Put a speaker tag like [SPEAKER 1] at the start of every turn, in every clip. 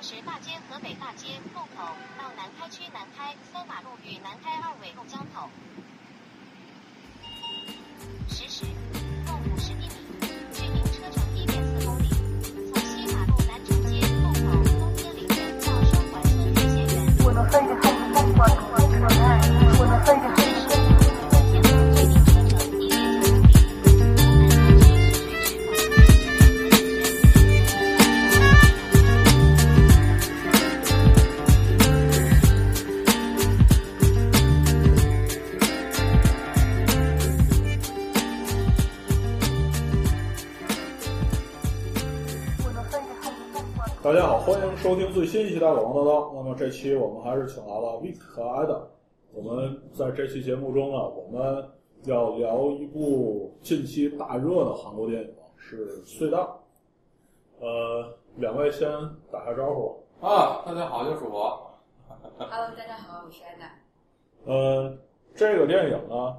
[SPEAKER 1] 石大街、河北大街路口到南开区南开三马路与南开二纬路交口。实时，共五十英里，居民车程一点四公里。从西马路南城街路口东街林根到双管村瑞贤园，
[SPEAKER 2] 我的肺的很痛苦，我的肺的很。
[SPEAKER 1] 实时路段前居民车程一点九公里。从南开区市区直管瑞贤园和景轩。
[SPEAKER 3] 大家好，欢迎收听最新一期的《我王叨叨》。那么这期我们还是请来了 Vic 和 Adam。我们在这期节目中呢，我们要聊一部近期大热的韩国电影，是《隧道》。呃，两位先打下招呼。
[SPEAKER 4] 啊，大家好，又是我。
[SPEAKER 5] Hello，大家好，我是安娜。
[SPEAKER 3] 呃，这个电影呢，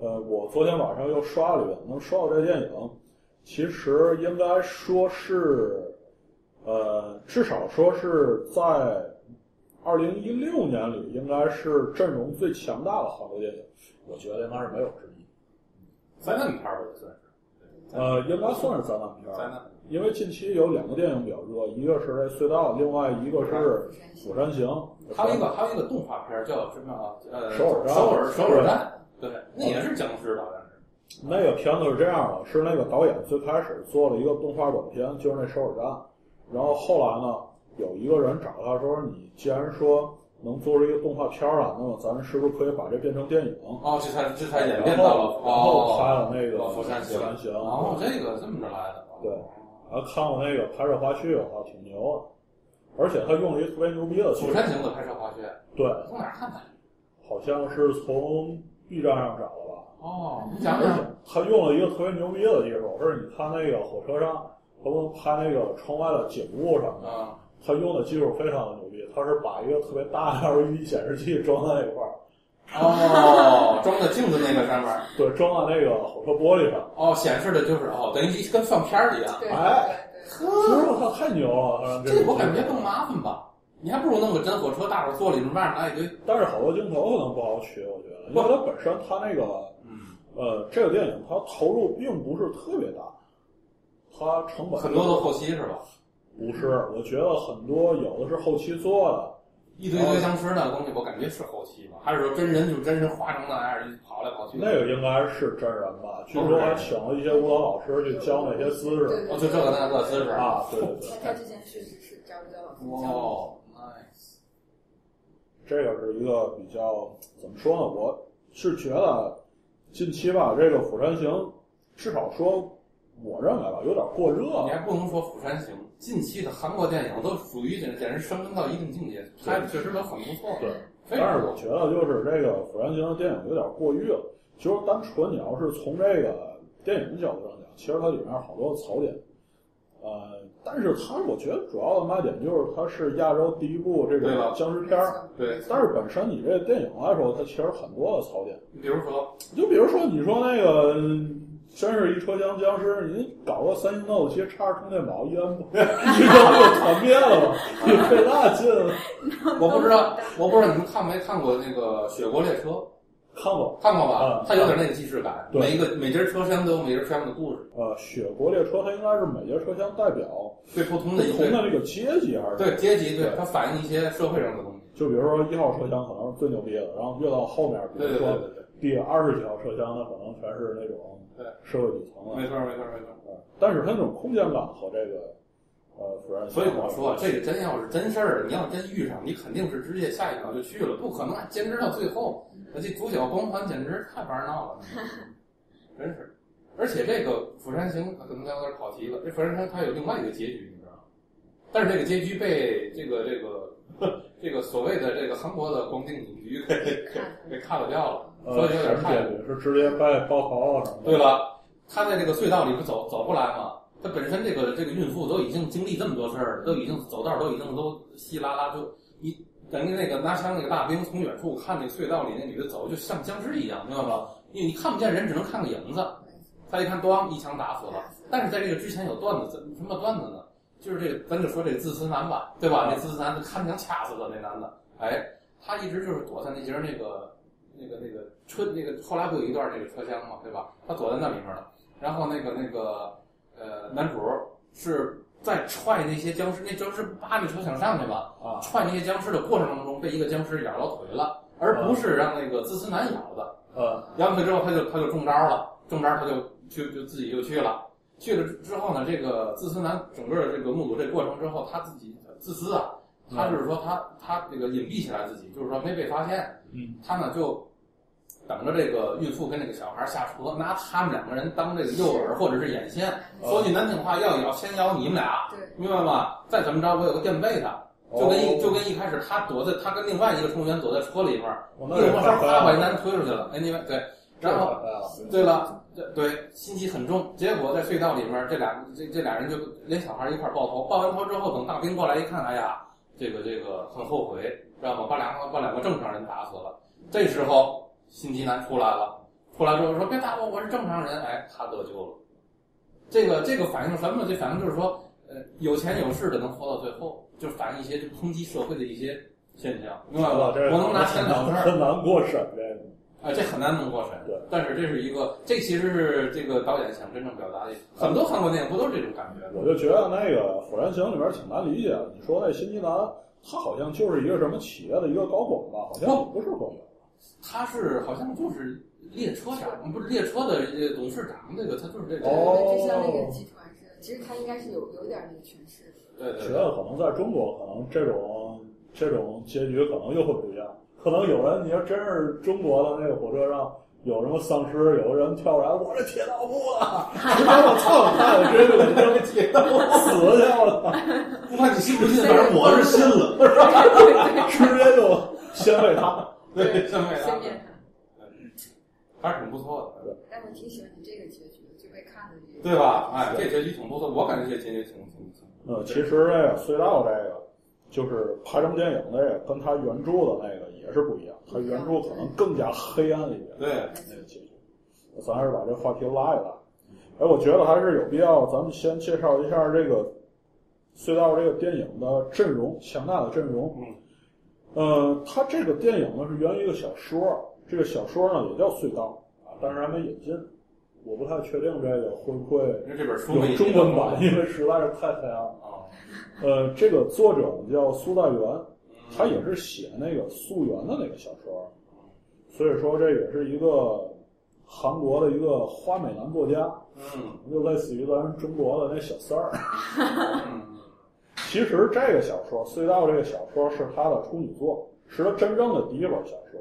[SPEAKER 3] 呃，我昨天晚上又刷了一遍。能刷到这电影，其实应该说是，呃，至少说是在二零一六年里，应该是阵容最强大的韩国电影。我觉得应该是没有之一。
[SPEAKER 4] 灾难片儿吧，也算是。
[SPEAKER 3] 呃，应该算是灾难片儿。
[SPEAKER 4] 灾难。
[SPEAKER 3] 因为近期有两个电影比较热，一个是这《隧道》，另外一个是《釜山行》。
[SPEAKER 4] 还有一个，还有一个动画片儿叫什么啊？呃，
[SPEAKER 3] 首尔战嗯
[SPEAKER 4] 首尔首尔战，对，那也是僵尸的，好像是。
[SPEAKER 3] 那个片子是这样的，是那个导演最开始做了一个动画短片，就是那首尔站，然后后来呢，有一个人找他说：“你既然说能做出一个动画片儿了，那么咱是不是可以把这变成电影
[SPEAKER 4] 哦，这才这？”才演变
[SPEAKER 3] 然
[SPEAKER 4] 到
[SPEAKER 3] 后
[SPEAKER 4] 了，
[SPEAKER 3] 然后
[SPEAKER 4] 哦
[SPEAKER 3] 拍了那个
[SPEAKER 4] 哦釜山行
[SPEAKER 3] 行》，行
[SPEAKER 4] 然后这个这么着来的。
[SPEAKER 3] 对然后看过那个拍摄花絮，我操，挺牛的，而且他用了一个特别牛逼的技
[SPEAKER 4] 釜
[SPEAKER 3] 术，
[SPEAKER 4] 山行的拍摄花絮，
[SPEAKER 3] 对，
[SPEAKER 4] 从哪儿看的？
[SPEAKER 3] 好像是从 B 站上找的吧。
[SPEAKER 4] 哦，你讲
[SPEAKER 3] 而
[SPEAKER 4] 讲。
[SPEAKER 3] 且他用了一个特别牛逼的技术，就是你看那个火车上，他们拍那个窗外的景物什么的，
[SPEAKER 4] 啊，
[SPEAKER 3] 他用的技术非常的牛逼，他是把一个特别大的 LED 显示器装在那块儿，
[SPEAKER 4] 哦，装在镜子那个上面儿，
[SPEAKER 3] 对，装在那个火车玻璃上，
[SPEAKER 4] 哦，显示的就是哦，等于跟放片儿一样。
[SPEAKER 5] 对
[SPEAKER 3] 哎
[SPEAKER 5] 对对
[SPEAKER 3] 我说我操，太牛了！他让
[SPEAKER 4] 这
[SPEAKER 3] 个
[SPEAKER 4] 我感觉更麻烦吧？你还不如弄个真火车，大伙儿坐里面，外面来一堆。
[SPEAKER 3] 但是好多镜头可能不好取，我觉得，因为它本身它那个
[SPEAKER 4] 嗯。
[SPEAKER 3] 呃，这个电影它投入并不是特别大，它成本
[SPEAKER 4] 很多的后期是吧？
[SPEAKER 3] 不是，我觉得很多有的是后期做的。
[SPEAKER 4] 一堆一堆僵尸那东西，我感觉是后期吧？还是说真人就真人化成那样跑来跑去？
[SPEAKER 3] 那个应该是真人吧？据说还请了一些舞蹈老师去教那些姿
[SPEAKER 5] 对
[SPEAKER 3] 势
[SPEAKER 5] 对
[SPEAKER 4] 哦，就这个那个姿势。
[SPEAKER 3] 啊，对对对，
[SPEAKER 5] 他他之前是是是找不到老师
[SPEAKER 4] 哇
[SPEAKER 5] 教我。
[SPEAKER 4] ，nice！
[SPEAKER 3] 这个是一个比较怎么说呢？我是觉得近期吧，这个《釜山行》至少说，我认为吧，有点过热
[SPEAKER 4] 你
[SPEAKER 3] 了。
[SPEAKER 4] 还不能说《釜山行》，近期的韩国电影都属于简简直升温到一定境界，拍的确实都很不错，
[SPEAKER 3] 对，
[SPEAKER 4] 非
[SPEAKER 3] 但
[SPEAKER 4] 常
[SPEAKER 3] 是我
[SPEAKER 4] 不错。
[SPEAKER 3] 觉得就是这个《釜山行》的电影有点过誉了。其实单纯你要是从这个电影的角度上讲，其实它里面好多槽点。呃，但是它我觉得主要的卖点就是它是亚洲第一部这
[SPEAKER 4] 对了
[SPEAKER 3] 个僵尸片儿。
[SPEAKER 4] 对，
[SPEAKER 3] 但是本身你这电影来说，它其实很多的槽点，
[SPEAKER 4] 你比如 说，
[SPEAKER 3] 你就比如说你说那个嗯真是一车厢僵尸，你搞个三星斗七插着充电宝，一人不 一人不团灭了 吗？你费那劲？
[SPEAKER 4] 我不知道，我不知道你们看没看过那个《雪国列车》，
[SPEAKER 3] 看过
[SPEAKER 4] 看过
[SPEAKER 3] 啊
[SPEAKER 4] 吧？它有点那个既视感，
[SPEAKER 3] 对
[SPEAKER 4] 每一个每节车厢都有每节车厢的故事，
[SPEAKER 3] 呃，雪国列车它应该是每节车厢代表
[SPEAKER 4] 对不同
[SPEAKER 3] 不
[SPEAKER 4] 的一
[SPEAKER 3] 同
[SPEAKER 4] 个
[SPEAKER 3] 的这个阶级还是？
[SPEAKER 4] 对阶级，对
[SPEAKER 3] 对
[SPEAKER 4] 它反映一些社会上的东西。
[SPEAKER 3] 就比如说一号车厢可能是最牛逼的，然后越到后面，比
[SPEAKER 4] 对
[SPEAKER 3] 如
[SPEAKER 4] 对对
[SPEAKER 3] 说
[SPEAKER 4] 对对。
[SPEAKER 3] 第二十几号车厢，那可能全是那种
[SPEAKER 4] 对
[SPEAKER 3] 社会底层的。
[SPEAKER 4] 没错，没错，没错。
[SPEAKER 3] 呃但是它那种空间感和这个呃《釜山行》，
[SPEAKER 4] 所以我说，这个真要是真事儿，你要真遇上，你肯定是直接下一秒就去了，不可能坚持到最后。那这主角光环简直太玩闹了，真是。而且这个《釜山行》可能有点跑题了，这《釜山行》它有另外一个结局，你知道吗？但是这个结局被这个这个 这个所谓的这个韩国的光腚警局给 给 cut 掉了，所
[SPEAKER 3] 呃，
[SPEAKER 4] 以有点
[SPEAKER 3] 神
[SPEAKER 4] 太
[SPEAKER 3] 解女是直接掰包头什么的。
[SPEAKER 4] 对，了，他在这个隧道里不走走过来嘛，他本身这个这个孕妇都已经经历这么多事儿了，都已经走道都已经都稀拉拉，就你等于那个拿枪那个大兵从远处看那个隧道里那女的走，就像僵尸一样，明白
[SPEAKER 3] 啊
[SPEAKER 4] 吗？因为你看不见人，只能看个影子。他一看，咣，一枪打死了。但是在这个之前有段子，怎么什么段子呢？就是这个，咱就说这个自私男吧，对吧？那自私男就看想掐死他那男的，哎，他一直就是躲在那节那个那个那个车那个后来不有一段那个车厢嘛，对吧？他躲在那里面了，然后那个那个呃男主是在踹那些僵尸，那僵尸扒那车想上去吧，
[SPEAKER 3] 啊
[SPEAKER 4] 踹那些僵尸的过程当中，被一个僵尸咬到腿了，而不是让那个自私男咬的。
[SPEAKER 3] 呃
[SPEAKER 4] 咬腿之后，他就他就中招了，中招他就就就自己就去了。去了之后呢，这个自私男整个这个目睹这过程之后，他自己自私啊，他就是说他他这个隐蔽起来自己，就是说没被发现。
[SPEAKER 3] 嗯，
[SPEAKER 4] 他呢就等着这个孕妇跟这个小孩下车，拿他们两个人当这个诱饵或者是眼线。说句难听话，要咬先咬你们俩，
[SPEAKER 5] 呃对，
[SPEAKER 4] 明白吗？再怎么着，我有个垫背的。
[SPEAKER 3] 哦
[SPEAKER 4] 就跟一就跟一开始他躲在他跟另外一个乘务员躲在车里面，
[SPEAKER 3] 我那
[SPEAKER 4] 一晃手啪把一
[SPEAKER 3] 那
[SPEAKER 4] 男的推出去了。哎，你们对，然后
[SPEAKER 3] 后
[SPEAKER 4] 对了，这对心机很重。结果在隧道里面，这俩这这俩人就连小孩一块儿抱头，抱完头之后，等大兵过来一看，哎呀，这个这个很后悔，知道吗？把两个把两个正常人打死了。这时候心机男出来了，出来之后说别打我，我是正常人。哎，他得救了。这个这个反映什么？这反映就是说，呃，有钱有势的能活到最后，就反映一些就抨击社会的一些现象，明白
[SPEAKER 3] 哦
[SPEAKER 4] 吧？我能拿钱
[SPEAKER 3] 很
[SPEAKER 4] 了事
[SPEAKER 3] 啊难
[SPEAKER 4] 儿，
[SPEAKER 3] 很 难过审这个。
[SPEAKER 4] 啊，这很难弄过审。
[SPEAKER 3] 对，
[SPEAKER 4] 但是这是一个，这其实是这个导演想真正表达的。很多韩国电影不都是这种感觉吗？
[SPEAKER 3] 我就觉得那个《火焰行》里边挺难理解的。你说那新西兰，他好像就是一个什么企业的一个高管吧？好像也不是高管。
[SPEAKER 4] 他是好像就是列车长，不是列车的呃董事长，这个他就是这个。
[SPEAKER 3] 哦
[SPEAKER 5] 就像那个集团似的，其实他应该是有有点那个权势的。
[SPEAKER 4] 对对
[SPEAKER 3] 觉
[SPEAKER 4] 对，
[SPEAKER 3] 得可能在中国，可能这种这种结局可能又会不一样。可能有人，你要真是中国的那个火车上有什么丧尸，有个人跳出来，我是铁道部的，我操，太有真了，这个铁道部死去了，
[SPEAKER 4] 不管你信不信，
[SPEAKER 5] 对
[SPEAKER 4] 反正我是信了。
[SPEAKER 3] 直接就先被他。
[SPEAKER 4] 对，像那
[SPEAKER 5] 随
[SPEAKER 4] 样，
[SPEAKER 5] 便他。
[SPEAKER 4] 还是挺不错的，
[SPEAKER 5] 但我挺喜欢你这个结局的，就被看的这个。
[SPEAKER 4] 对吧？哎，这结局挺不错，我感觉这结局挺挺挺。
[SPEAKER 3] 呃，其实这个隧道这个，就是拍成电影这个，跟他原著的那个也是不一样。他原著可能更加黑暗一点。
[SPEAKER 4] 对，
[SPEAKER 3] 那个结局。咱还是把这话题拉一拉。哎，我觉得还是有必要，咱们先介绍一下这个隧道这个电影的阵容，强大的阵容。
[SPEAKER 4] 嗯，
[SPEAKER 3] 呃，它这个电影呢是源于一个小说，这个小说呢也叫《隧道》啊，但是还没引进。我不太确定这个会不会
[SPEAKER 4] 因为这本书没
[SPEAKER 3] 有中文版，因为实在是太黑暗了。
[SPEAKER 4] 啊，
[SPEAKER 3] 呃，这个作者叫苏代元，他也是写那个溯源的那个小说，所以说这也是一个韩国的一个花美男作家，
[SPEAKER 4] 嗯
[SPEAKER 3] 就类似于咱中国的那小三儿。
[SPEAKER 4] 嗯
[SPEAKER 3] 其实这个小说《隧道》这个小说是他的处女作，是他真正的第一本小说。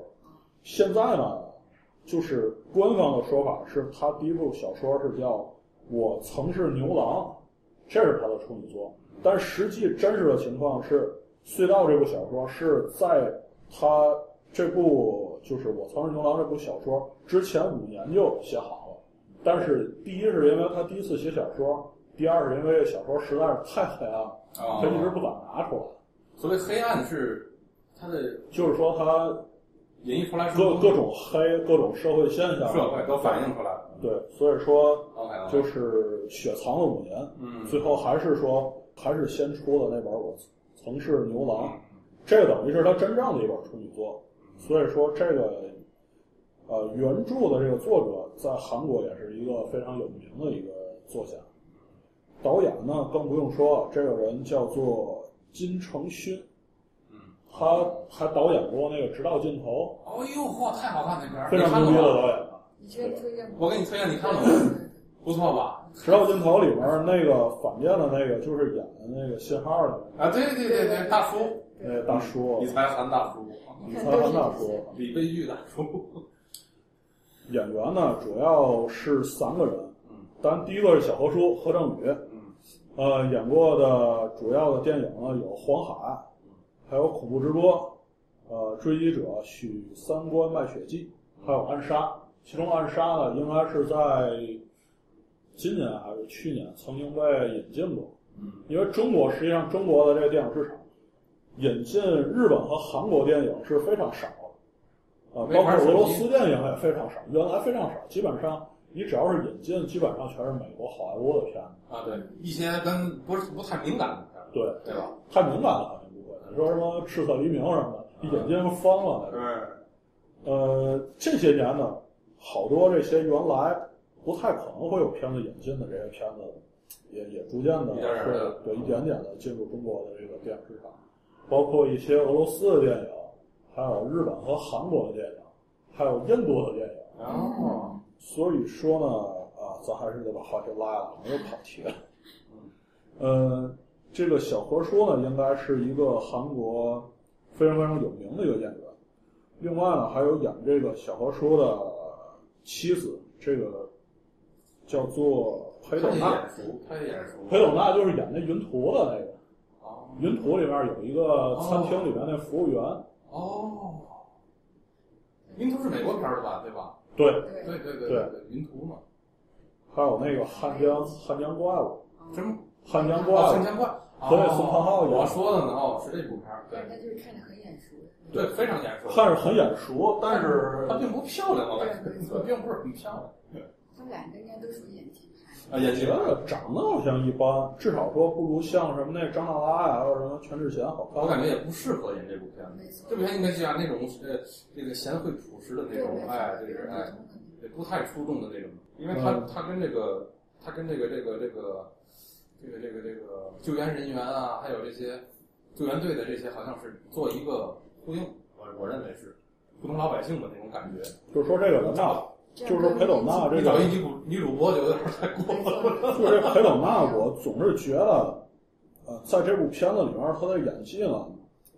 [SPEAKER 3] 现在呢，就是官方的说法是他第一部小说是叫《我曾是牛郎》，这是他的处女作。但实际真实的情况是，《隧道》这部小说是在他这部就是《我曾是牛郎》这部小说之前五年就写好了。但是第一是因为他第一次写小说，第二是因为小说实在是太黑暗了。
[SPEAKER 4] 啊
[SPEAKER 3] 他一直不敢拿出来，
[SPEAKER 4] 所谓黑暗是它的
[SPEAKER 3] 就是说他
[SPEAKER 4] 演绎出来是
[SPEAKER 3] 各各种黑、各种社会现象，
[SPEAKER 4] 社会都反映出来了。
[SPEAKER 3] 对，所以说
[SPEAKER 4] OK，OK，
[SPEAKER 3] 就是雪藏了五年，
[SPEAKER 4] 嗯，
[SPEAKER 3] 最后还是说还是先出的那本《我曾是牛郎》，
[SPEAKER 4] 嗯
[SPEAKER 3] 这个等于是他真正的一本处女作，所以说这个呃原著的这个作者在韩国也是一个非常有名的一个作家，导演呢更不用说了，这个人叫做金承勋。
[SPEAKER 4] 嗯，
[SPEAKER 3] 他还导演过那个《直到尽头
[SPEAKER 4] 哦呦嚯，太好看那片》，儿，
[SPEAKER 3] 非常
[SPEAKER 4] 你
[SPEAKER 3] 牛逼
[SPEAKER 4] 看
[SPEAKER 3] 的
[SPEAKER 4] 了吗？
[SPEAKER 3] 导演啊。
[SPEAKER 5] 你这个推荐
[SPEAKER 4] 我给你推荐，你看了吗？不
[SPEAKER 5] 我。
[SPEAKER 4] 错吧？
[SPEAKER 3] 《直到尽头》里面那个反面的那个，就是演的那个信号的
[SPEAKER 4] 啊，对对对对，大叔，
[SPEAKER 3] 那个大叔
[SPEAKER 4] 理，财韩大叔，
[SPEAKER 3] 李才涵大叔。
[SPEAKER 4] 李悲剧大叔，
[SPEAKER 3] 演员呢，主要是三个人。
[SPEAKER 4] 嗯
[SPEAKER 3] 当然，第一个是小何叔何正宇，
[SPEAKER 4] 嗯
[SPEAKER 3] 呃，演过的主要的电影呢有《黄海》，还有《恐怖直播》，呃，《追击者》《许三观卖血记》，还有《暗杀》。其中《暗杀》呢，应该是在今年还是去年曾经被引进过。
[SPEAKER 4] 嗯，
[SPEAKER 3] 因为中国实际上中国的这个电影市场，引进日本和韩国电影是非常少的，呃，
[SPEAKER 4] 没
[SPEAKER 3] 包
[SPEAKER 4] 法
[SPEAKER 3] 括俄
[SPEAKER 4] 儿
[SPEAKER 3] 罗
[SPEAKER 4] 审批
[SPEAKER 3] 斯电影也非常少，原来非常少，基本上你只要是引进，基本上全是美国好莱坞的片子，
[SPEAKER 4] 啊，对，一些跟不是不太敏感的片儿，
[SPEAKER 3] 对，
[SPEAKER 4] 对吧？
[SPEAKER 3] 太敏感了好像不会。你说什么《赤色黎明》什么的，一引进就疯了那种。
[SPEAKER 4] 是，
[SPEAKER 3] 呃，这些年呢，好多这些原来不太可能会有片子引进的这些片子，也也逐渐的
[SPEAKER 4] 一点嗯点地
[SPEAKER 3] 会对一点点的进入中国的这个电影市场，包括一些俄罗斯的电影，还有日本和韩国的电影，还有印度的电影。
[SPEAKER 4] 哦，
[SPEAKER 3] 所以说呢，啊，咱还是得把话题拉了，我们又跑题了。呃，这个小何说呢，应该是一个韩国非常非常有名的一个演员。另外呢，还有演这个小何说的妻子，这个叫做裴斗
[SPEAKER 4] 他也
[SPEAKER 3] 娜。
[SPEAKER 4] 眼熟，他也眼熟，
[SPEAKER 3] 裴斗娜就是演那云图的那个，
[SPEAKER 4] 哦
[SPEAKER 3] 云图里面有一个餐厅里面那服务员，
[SPEAKER 4] 哦，云图是美国片儿的吧？对吧？
[SPEAKER 3] 对，
[SPEAKER 5] 对，
[SPEAKER 4] 对对
[SPEAKER 3] 对
[SPEAKER 4] 对对，云图嘛，
[SPEAKER 3] 还有那个汉江汉江怪物，
[SPEAKER 4] 什
[SPEAKER 5] 嗯
[SPEAKER 4] 么？
[SPEAKER 3] 啊汉江怪
[SPEAKER 4] 哦，
[SPEAKER 3] 物
[SPEAKER 4] 三，千块，
[SPEAKER 3] 对宋康昊演的
[SPEAKER 4] 我说的呢，哦，是这部片儿，
[SPEAKER 5] 但是
[SPEAKER 4] 对
[SPEAKER 5] 他就是看着很眼熟。
[SPEAKER 4] 对，非常眼熟，
[SPEAKER 3] 看着很眼熟，但是
[SPEAKER 4] 它并不漂亮，我感觉
[SPEAKER 5] 对对
[SPEAKER 4] 它并不是很漂亮。
[SPEAKER 5] 他们俩应该都属于演技派。
[SPEAKER 4] 啊，眼
[SPEAKER 3] 觉得长得好像一般，至少说不如像什么那张娜拉呀，或者什么全智贤好看。
[SPEAKER 4] 我感觉也不适合演这部片子。
[SPEAKER 5] 没错，
[SPEAKER 4] 这部片应该是像那种呃，那个贤惠朴实的那
[SPEAKER 5] 对没
[SPEAKER 4] 种，
[SPEAKER 5] 错
[SPEAKER 4] 哎，就是哎，也不太出众的这种，因为他
[SPEAKER 3] 嗯
[SPEAKER 4] 他跟这个他跟这个这个这个这个这个这个救援人员啊，还有这些救援队的这些，好像是做一个呼应，我我认为是普通老百姓的那种感觉。
[SPEAKER 3] 就是说这个人呐，就是说裴斗娜这
[SPEAKER 4] 你
[SPEAKER 3] 个
[SPEAKER 4] 找一女主女主播就有点太过分了。
[SPEAKER 3] 就是这裴斗娜，我总是觉得，呃，在这部片子里面，她的演技呢，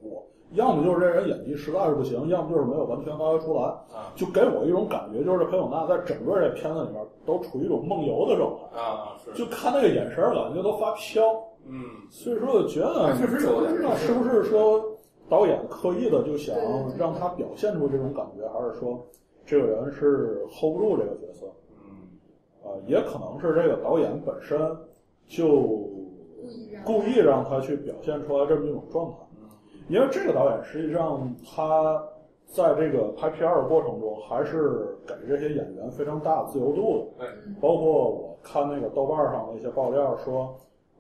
[SPEAKER 3] 我要么就是这人演技实在是不行，要么就是没有完全发挥出来，
[SPEAKER 4] 啊
[SPEAKER 3] 就给我一种感觉，就是这裴斗娜在整个这片子里面都处于一种梦游的状态，
[SPEAKER 4] 啊是，
[SPEAKER 3] 就看那个眼神儿，感觉都发飘。
[SPEAKER 4] 嗯，
[SPEAKER 3] 所以说，我觉得
[SPEAKER 4] 确实有
[SPEAKER 3] 不
[SPEAKER 4] 点
[SPEAKER 3] 知道是不是说导演刻意的就想让他表现出这种感觉，还是说这个人是 hold 不住这个角色？
[SPEAKER 4] 嗯
[SPEAKER 3] 啊、也可能是这个导演本身就
[SPEAKER 5] 故意让
[SPEAKER 3] 故意让他去表现出来这么一种状态。
[SPEAKER 4] 嗯
[SPEAKER 3] 因为这个导演实际上他在这个拍片儿的过程中，还是给这些演员非常大的自由度的。
[SPEAKER 5] 嗯
[SPEAKER 3] 包括我看那个豆瓣上的一些爆料说，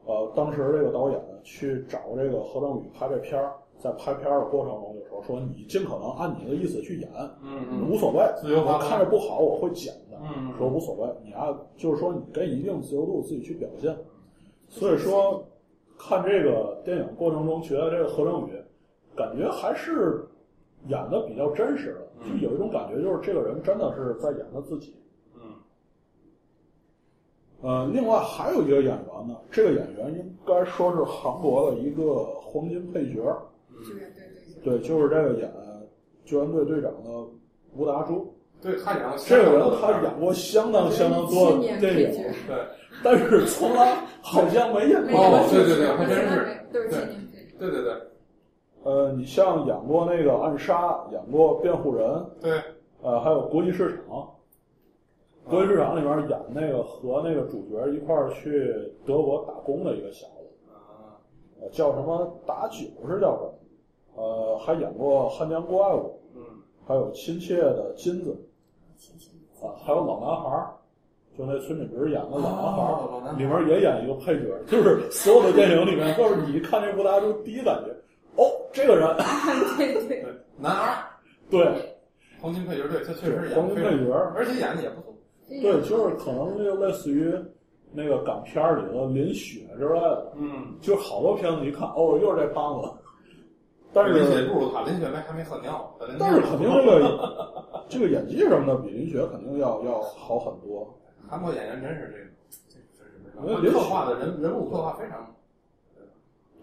[SPEAKER 3] 呃，当时这个导演去找这个何正宇拍这片儿，在拍片儿的过程中就说说你尽可能按你的意思去演，
[SPEAKER 4] 嗯
[SPEAKER 3] 无所谓，
[SPEAKER 4] 自由发
[SPEAKER 3] 我
[SPEAKER 4] 挥
[SPEAKER 3] 看着不好我会剪的，
[SPEAKER 4] 嗯
[SPEAKER 3] 说无所谓，你按就是说你给你一定自由度自己去表现。所以说，看这个电影过程中，觉得这个何正宇感觉还是演的比较真实的，
[SPEAKER 4] 嗯
[SPEAKER 3] 就有一种感觉，就是这个人真的是在演他自己。
[SPEAKER 4] 嗯
[SPEAKER 3] 呃，另外还有一个演员呢，这个演员应该说是韩国的一个黄金配角，
[SPEAKER 5] 就
[SPEAKER 4] 嗯，
[SPEAKER 5] 是对对对，
[SPEAKER 3] 对，就是这个演救援队队长的吴达洙。
[SPEAKER 4] 对他演了
[SPEAKER 3] 这个人他演过相当相当多的电
[SPEAKER 5] 青
[SPEAKER 3] 影
[SPEAKER 5] 年，
[SPEAKER 4] 对。
[SPEAKER 3] 但是从来好像没演
[SPEAKER 5] 没
[SPEAKER 3] 过。
[SPEAKER 4] 哦对对对还真是
[SPEAKER 5] 都是青年配。
[SPEAKER 4] 对对对
[SPEAKER 3] 呃，你像演过那个暗杀，演过辩护人，
[SPEAKER 4] 对，
[SPEAKER 3] 呃，还有国际市场。国际市场里面演那个和那个主角一块儿去德国打工的一个小子。
[SPEAKER 4] 啊，
[SPEAKER 3] 呃，叫什么打酒是叫什么？呃，还演过《汉江怪物
[SPEAKER 4] 嗯》，
[SPEAKER 3] 还有《亲切的金子
[SPEAKER 5] 青青》
[SPEAKER 3] 啊，还有《老男孩》儿，就那村井直演的《老男孩》儿
[SPEAKER 4] 哦老男孩儿
[SPEAKER 3] 里面也演一个配角，就是所有的电影里面，就是你一看这布达就第一感觉，哦，这个人，
[SPEAKER 5] 对对，
[SPEAKER 4] 对，男二
[SPEAKER 3] 对，
[SPEAKER 4] 黄金配角，对他确实演
[SPEAKER 3] 黄金
[SPEAKER 4] 得非常
[SPEAKER 3] 配角儿，
[SPEAKER 4] 而且演的也不错。
[SPEAKER 3] 对，就是可能就类似于那个港片儿里的林雪之类的，
[SPEAKER 4] 嗯，
[SPEAKER 3] 就好多片子一看，哦，又是这帮子，但
[SPEAKER 4] 但
[SPEAKER 3] 是
[SPEAKER 4] 是林雪不如他，林雪梅还没喝尿，本来
[SPEAKER 3] 但是肯定这个这个演技什么的比林雪肯定要要好很多。
[SPEAKER 4] 韩国演员真是这个，这真是没办
[SPEAKER 3] 因为林雪
[SPEAKER 4] 法刻画的人人物刻画非常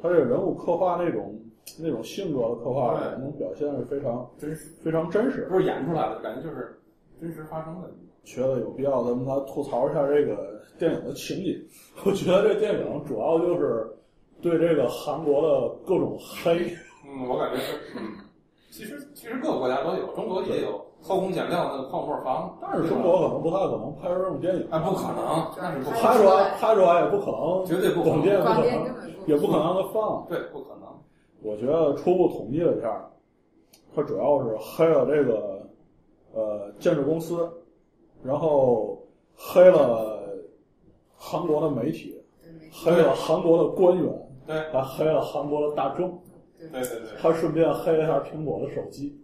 [SPEAKER 3] 他这个人物刻画那种那种性格的刻画，
[SPEAKER 4] 对
[SPEAKER 3] 能表现是非常
[SPEAKER 4] 真实，
[SPEAKER 3] 非常真实。
[SPEAKER 4] 不是演出来的，感觉就是真实发生的。
[SPEAKER 3] 觉得有必要咱们来吐槽一下这个电影的情节。我觉得这电影主要就是对这个韩国的各种黑，
[SPEAKER 4] 嗯，我感觉是，嗯，其实其实各个国家都有，中国也有偷工减料的泡沫房，
[SPEAKER 3] 但是中国可能不太可能拍出这种电
[SPEAKER 5] 哎
[SPEAKER 3] 影，
[SPEAKER 4] 啊不可能，那是不可
[SPEAKER 3] 拍出来拍出来也不可能
[SPEAKER 4] 能，，绝对不可
[SPEAKER 3] 广电
[SPEAKER 4] 能，
[SPEAKER 3] 不可
[SPEAKER 5] 广电根
[SPEAKER 3] 能，
[SPEAKER 5] 本不
[SPEAKER 3] 也不可能让他放。
[SPEAKER 4] 对不可能。
[SPEAKER 3] 我觉得初步统计了一下，它主要是黑了这个呃建筑公司，然后黑了韩国的媒体，
[SPEAKER 5] 嗯，没错
[SPEAKER 3] 黑了韩国的官员，
[SPEAKER 4] 对
[SPEAKER 3] 还黑了韩国的大众，
[SPEAKER 4] 对对对
[SPEAKER 3] 还顺便黑了一下苹果的手机。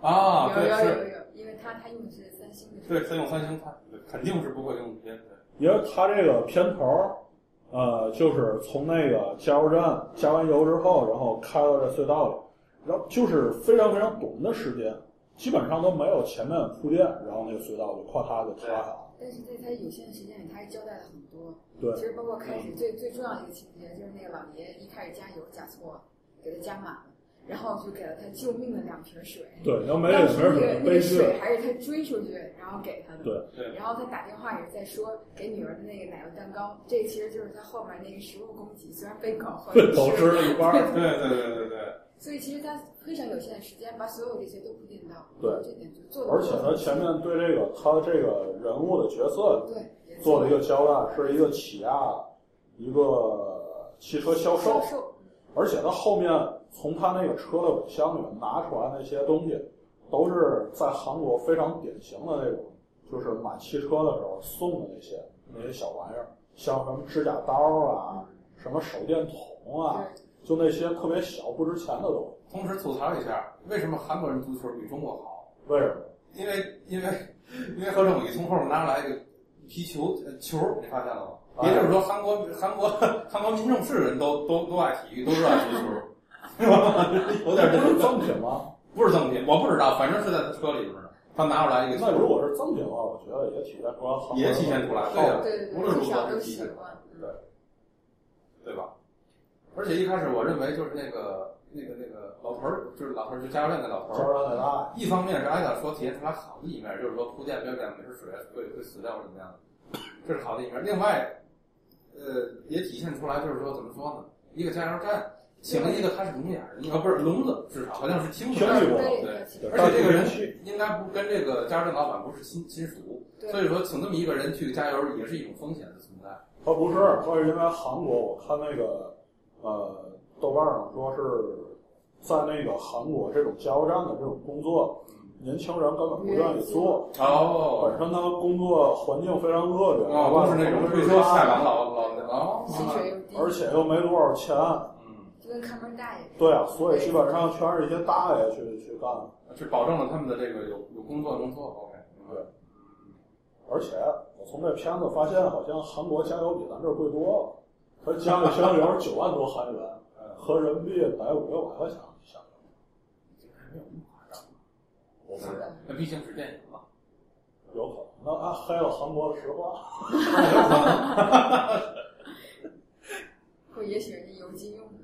[SPEAKER 4] 啊，
[SPEAKER 5] 有
[SPEAKER 4] 对
[SPEAKER 5] 有
[SPEAKER 4] 是，
[SPEAKER 5] 有有，因为他他用的是三星的手
[SPEAKER 4] 对，
[SPEAKER 5] 机，
[SPEAKER 4] 他用三星，他肯定是不会用别的。
[SPEAKER 3] 因为它这个片头儿，呃，就是从那个加油站加完油之后，然后开到这隧道里，然后就是非常非常短的时间，基本上都没有前面铺垫，然后那个隧道就咔嚓就开开了。
[SPEAKER 5] 但是在他有限的时间里，他还交代了很多。
[SPEAKER 3] 对
[SPEAKER 5] 其实包括开始最最重要的一个情节，就是那个老爷一开始加油加错了，给他加满了，然后就给了他救命的两瓶水。
[SPEAKER 3] 对，然后没也
[SPEAKER 5] 当
[SPEAKER 3] 没
[SPEAKER 5] 时
[SPEAKER 3] 什
[SPEAKER 5] 那
[SPEAKER 3] 么
[SPEAKER 5] 个那
[SPEAKER 3] 悲
[SPEAKER 5] 个
[SPEAKER 3] 剧。
[SPEAKER 5] 水还是他追出去，然后给他的。
[SPEAKER 3] 对
[SPEAKER 4] 对
[SPEAKER 5] 然后他打电话也是在说给女儿的那个奶油蛋糕，这其实就是他后面那个食物供给，虽然被搞坏
[SPEAKER 3] 被
[SPEAKER 5] 了，
[SPEAKER 3] 狗吃了一半儿。
[SPEAKER 4] 对对对对对，
[SPEAKER 5] 所以其实他非常有限的时间把所有这些都铺垫到，
[SPEAKER 3] 对
[SPEAKER 5] 这点就做的。
[SPEAKER 3] 而且他前面对这个他这个人物的角色
[SPEAKER 5] 对也
[SPEAKER 3] 做了一个交代，是一个起亚，一个汽车销售
[SPEAKER 5] 销，售，
[SPEAKER 3] 而且他后面从他那个车的尾箱里面拿出来那些东西，都是在韩国非常典型的那种，就是买汽车的时候送的那些那些小玩意儿，像什么指甲刀啊，什么手电筒啊，
[SPEAKER 5] 对
[SPEAKER 3] 就那些特别小不值钱的东西。
[SPEAKER 4] 同时吐槽一下，为什么韩国人足球比中国好？
[SPEAKER 3] 为 什么？
[SPEAKER 4] 因为因为因为何政宇从后面拿来一个皮球呃球，你发现了吗？
[SPEAKER 3] 啊
[SPEAKER 4] 也就是说，韩国韩国 韩国民众是人都都都爱体育，都热爱足球，是吧？有点这
[SPEAKER 3] 不是
[SPEAKER 4] 种
[SPEAKER 3] 赠品吗？
[SPEAKER 4] 不是赠品，我不知道，反正是在他车里边呢。他拿出来一个
[SPEAKER 3] 那
[SPEAKER 4] 球，
[SPEAKER 3] 如果是赠品的话，我觉得也体现出来韩国人
[SPEAKER 4] 也体现出来，对啊呀、
[SPEAKER 5] 对对
[SPEAKER 4] 无论
[SPEAKER 5] 对，
[SPEAKER 4] 如
[SPEAKER 5] 至少
[SPEAKER 4] 何
[SPEAKER 5] 都
[SPEAKER 4] 是
[SPEAKER 5] 喜
[SPEAKER 4] 体现，
[SPEAKER 5] 欢。嗯
[SPEAKER 4] 对吧？而且一开始我认为就是那个那个那个老头儿，就是老头儿，就加油站那老头
[SPEAKER 3] 交
[SPEAKER 4] 儿，
[SPEAKER 3] 上的大
[SPEAKER 4] 一方面是挨打说体现出来好的一面，就是说铺垫表演美是水会会死掉怎么样的，这是好的一面。另外，呃，也体现出来就是说怎么说呢？一个加油站请了一个他是聋哑人啊，不是聋子，至少好像是听不
[SPEAKER 3] 听
[SPEAKER 4] 到
[SPEAKER 3] 力
[SPEAKER 4] 的
[SPEAKER 3] 不
[SPEAKER 5] 对
[SPEAKER 4] 对
[SPEAKER 5] 对
[SPEAKER 4] 而且这个人应该不跟这个加油站老板不是亲亲属，
[SPEAKER 5] 对
[SPEAKER 4] 所以说请这么一个人去加油也是一种风险的存在。
[SPEAKER 3] 他不是，他是因为韩国，我看那个呃豆瓣上说是在那个韩国这种加油站的这种工作，年轻人根本不愿意做，
[SPEAKER 4] 哦
[SPEAKER 3] 本身他工作环境非常恶劣，
[SPEAKER 4] 哦，不是那种退休下岗
[SPEAKER 3] 了，
[SPEAKER 4] 老老老
[SPEAKER 5] 薪水又低，
[SPEAKER 3] 而且又没多少钱，
[SPEAKER 4] 嗯，
[SPEAKER 5] 就跟看门大爷，
[SPEAKER 3] 对啊，所以基本上全是一些大爷去去干，
[SPEAKER 4] 是保证了他们的这个有有工作能做，OK，明白了
[SPEAKER 3] 而且我从这片子发现，好像韩国加油比咱这儿贵多了，他加个香油九万多韩元，合人民币得五六百块钱一箱油，
[SPEAKER 4] 没有那么夸张，
[SPEAKER 3] 我不知道。
[SPEAKER 4] 那毕竟是电影嘛。
[SPEAKER 3] 有可能，那啊，黑了韩国的石化，
[SPEAKER 5] 或也许人家油机用的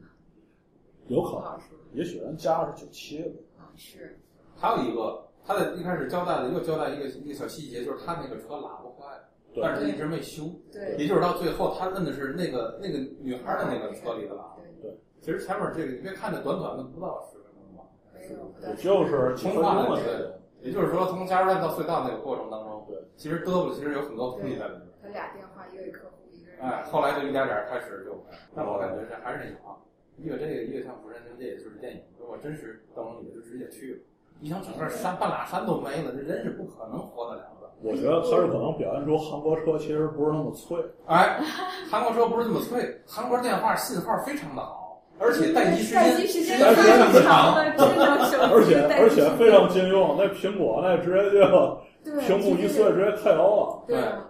[SPEAKER 3] 有
[SPEAKER 5] 不
[SPEAKER 3] 可能，
[SPEAKER 5] 好说
[SPEAKER 3] 也许人家是九七的，
[SPEAKER 5] 啊，是
[SPEAKER 4] 还有一个，他在一开始交代的又交代一个一个小细节，就是他那个车喇叭坏了，
[SPEAKER 3] 对
[SPEAKER 4] 但是他一直没修，
[SPEAKER 5] 对
[SPEAKER 4] 也就是到最后他摁的是那个那个女孩的那个车里的喇叭。
[SPEAKER 5] 对，
[SPEAKER 4] 其实前面这个你别看这短短的不到十分钟吧，
[SPEAKER 5] 没有不
[SPEAKER 3] 也
[SPEAKER 5] 但
[SPEAKER 3] 就是几分钟的
[SPEAKER 4] 从化
[SPEAKER 3] 事
[SPEAKER 4] 也就是说从加油站到隧道那个过程当中，
[SPEAKER 3] 对，
[SPEAKER 4] 其实嘚啵其实有很多东西在里面。
[SPEAKER 5] 他俩电话，一个给客户，一个人
[SPEAKER 4] 哎，后来就一点点开始就，但我感觉这还是那句话，一个这个一个像《釜山行》，这也就是电影。如果真实当中，你就直接去了。你想整个山半拉山都没了，这人是不可能活得了的。
[SPEAKER 3] 情。我觉得他是可能表现出韩国车其实不是那么脆，
[SPEAKER 4] 哎，韩国车不是这么脆，韩国电话信号非常的好，而且待
[SPEAKER 5] 待
[SPEAKER 4] 机时
[SPEAKER 5] 机时
[SPEAKER 4] 间
[SPEAKER 5] 间
[SPEAKER 3] 待机
[SPEAKER 5] 非
[SPEAKER 3] 时间
[SPEAKER 5] 常长的智能手机，
[SPEAKER 3] 而 且
[SPEAKER 5] 待机
[SPEAKER 3] 而
[SPEAKER 5] 时间
[SPEAKER 3] 且非常经用，那苹果那直接就
[SPEAKER 5] 对
[SPEAKER 3] 屏幕一碎，哎直接 KO 了，
[SPEAKER 5] 对啊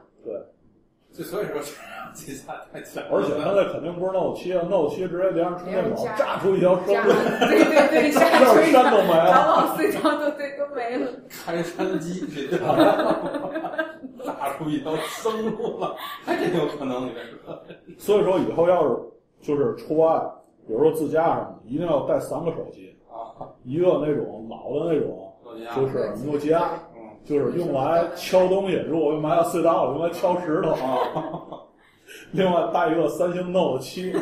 [SPEAKER 4] 就所以说这这下太强了。
[SPEAKER 3] 而且他那肯定不是 Note 7 n o t e 7直接连上充电宝
[SPEAKER 5] 连上
[SPEAKER 3] 炸出一条生
[SPEAKER 5] 加
[SPEAKER 3] 路，
[SPEAKER 5] 对对对，加
[SPEAKER 3] 这 儿
[SPEAKER 5] 追
[SPEAKER 3] 山都没
[SPEAKER 5] 长
[SPEAKER 3] 了。
[SPEAKER 5] 老隧道都对都没了，
[SPEAKER 4] 开山机，这叫打出一条生路了，还真有可能。你别说，
[SPEAKER 3] 所以说以后要是就是出外，比如说自驾什么的，一定要带三个手机，
[SPEAKER 4] 啊，
[SPEAKER 3] 一个那种老的那种，
[SPEAKER 4] 诺基亚，
[SPEAKER 3] 就是诺基亚。
[SPEAKER 4] 嗯，
[SPEAKER 3] 就是用来敲东西，如果埋到隧道里，用来敲石头。
[SPEAKER 4] 啊，
[SPEAKER 3] 另外带一个三星 Note 七，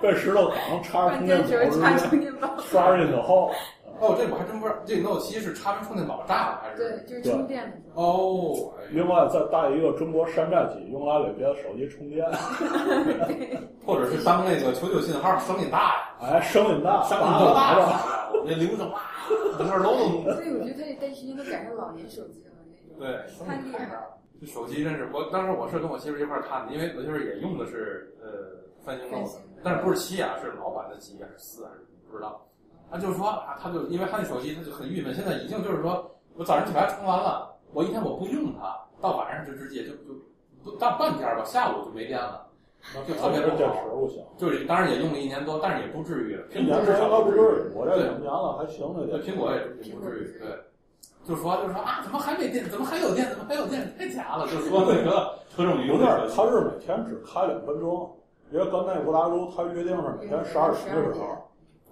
[SPEAKER 3] 被石头挡插着
[SPEAKER 5] 关
[SPEAKER 3] 充
[SPEAKER 5] 键
[SPEAKER 3] 电
[SPEAKER 5] 时候插
[SPEAKER 3] 宝直接
[SPEAKER 5] 充电宝，
[SPEAKER 3] 刷进去后，
[SPEAKER 4] 哦，这我还真不知道，这 Note 7是插完充电宝炸了还是？
[SPEAKER 5] 对，。就是充电的时候，
[SPEAKER 4] 哦，哎呦
[SPEAKER 3] 另外再带一个中国山寨机，用来给别的手机充电。
[SPEAKER 4] 或者是当那个求救信号声音大呀，
[SPEAKER 3] 哎，声音大，
[SPEAKER 4] 声音
[SPEAKER 3] 拔
[SPEAKER 4] 多
[SPEAKER 3] 了
[SPEAKER 4] 大
[SPEAKER 3] 拔了
[SPEAKER 4] 呀？那铃声哇，整个楼都
[SPEAKER 5] 所以我觉得他这待机时间都赶上老年手机了那种，
[SPEAKER 4] 对，声
[SPEAKER 5] 太
[SPEAKER 4] 音
[SPEAKER 5] 厉
[SPEAKER 4] 太
[SPEAKER 5] 害
[SPEAKER 4] 大
[SPEAKER 5] 了。
[SPEAKER 4] 了。就手机真是，我当时我是跟我媳妇儿一块儿看的，因为我媳妇儿也用的是呃三星 Note，但是不是七啊，是老版的七还是四还是不知道。他就说啊，他就因为他那手机他就很郁闷，现在已经就是说我早上起来充完了，我一天我不用它，到晚上就直接就就不到半天吧，下午就没电了。
[SPEAKER 3] 那
[SPEAKER 4] 就特别
[SPEAKER 3] 这
[SPEAKER 4] 不
[SPEAKER 3] 电
[SPEAKER 4] 好
[SPEAKER 3] 池不行，
[SPEAKER 4] 就是当然也用了一年多，但是也不至于，
[SPEAKER 3] 这年
[SPEAKER 4] 至
[SPEAKER 3] 头
[SPEAKER 4] 少
[SPEAKER 3] 应该不
[SPEAKER 4] 不
[SPEAKER 3] 至
[SPEAKER 4] 至
[SPEAKER 3] 于，
[SPEAKER 4] 于。
[SPEAKER 3] 我这
[SPEAKER 4] 对
[SPEAKER 3] 两年了还行这
[SPEAKER 4] 对，
[SPEAKER 3] 电池。
[SPEAKER 4] 苹果也也不至于，对，就说就是说啊，怎么还没电？怎么还有电？怎么还有电？太假了！就说那个车仲
[SPEAKER 3] 有
[SPEAKER 4] 云
[SPEAKER 3] 点
[SPEAKER 4] 那
[SPEAKER 3] 儿，
[SPEAKER 4] 个，
[SPEAKER 3] 它是每天只开两分钟，因为刚才布达州它约定是每天十二时的时候，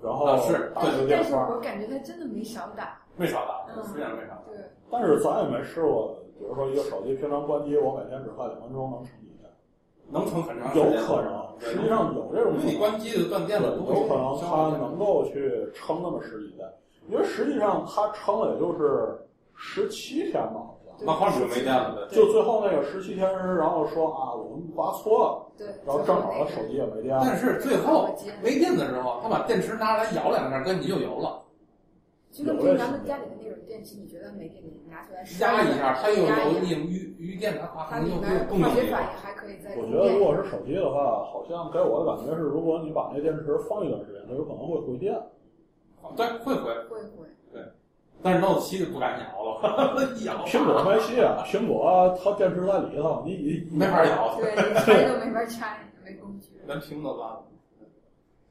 [SPEAKER 3] 然后
[SPEAKER 4] 啊是
[SPEAKER 3] 打
[SPEAKER 4] 对
[SPEAKER 3] 一个电
[SPEAKER 5] 但是
[SPEAKER 3] 话。
[SPEAKER 5] 我感觉他真的没少打，
[SPEAKER 4] 没少打，出现没少。
[SPEAKER 5] 对，
[SPEAKER 3] 但是咱也没试过，比如说一个手机平常关机，我每天只开两分钟能撑几天？
[SPEAKER 4] 啊能撑很长时
[SPEAKER 3] 有
[SPEAKER 4] 间，
[SPEAKER 3] 可能，实际上有这种
[SPEAKER 4] 因为你关机就断电了，
[SPEAKER 3] 有可能它能够去撑那么十几天，因为实际上它撑了也就是十七天吧，好像。
[SPEAKER 4] 那话筒就没电了呗。
[SPEAKER 3] 就最后那个十七天，然后说啊，我们挖错了，
[SPEAKER 5] 对，
[SPEAKER 3] 然后正好他手机也没电了。
[SPEAKER 4] 但是最后没电的时候，他把电池拿来摇两下，跟你就有了，
[SPEAKER 5] 就跟平常的家里的那种电器，你觉得没电，你拿出来
[SPEAKER 4] 压一下，它又
[SPEAKER 5] 压
[SPEAKER 4] 有
[SPEAKER 5] 一
[SPEAKER 4] 你
[SPEAKER 5] 下，
[SPEAKER 4] 余余电的话，
[SPEAKER 5] 它
[SPEAKER 4] 可能
[SPEAKER 5] 里
[SPEAKER 4] 又
[SPEAKER 5] 面
[SPEAKER 4] 更有
[SPEAKER 5] 化学
[SPEAKER 4] 力
[SPEAKER 5] 反应还可以再
[SPEAKER 3] 我
[SPEAKER 5] 充
[SPEAKER 3] 觉得如
[SPEAKER 5] 电。
[SPEAKER 3] 果是手机的话，好像给我的感觉是，如果你把那电池放一段时间，它有可能会回电。
[SPEAKER 4] 对，会回。
[SPEAKER 5] 会会，
[SPEAKER 4] 但是 Note 七就不敢摇了， 一摇
[SPEAKER 3] 苹果没戏啊，苹果它电池在里头，你你
[SPEAKER 4] 没法摇。
[SPEAKER 5] 对，你拆都没法拆，没工具。
[SPEAKER 4] 咱屏都拉了。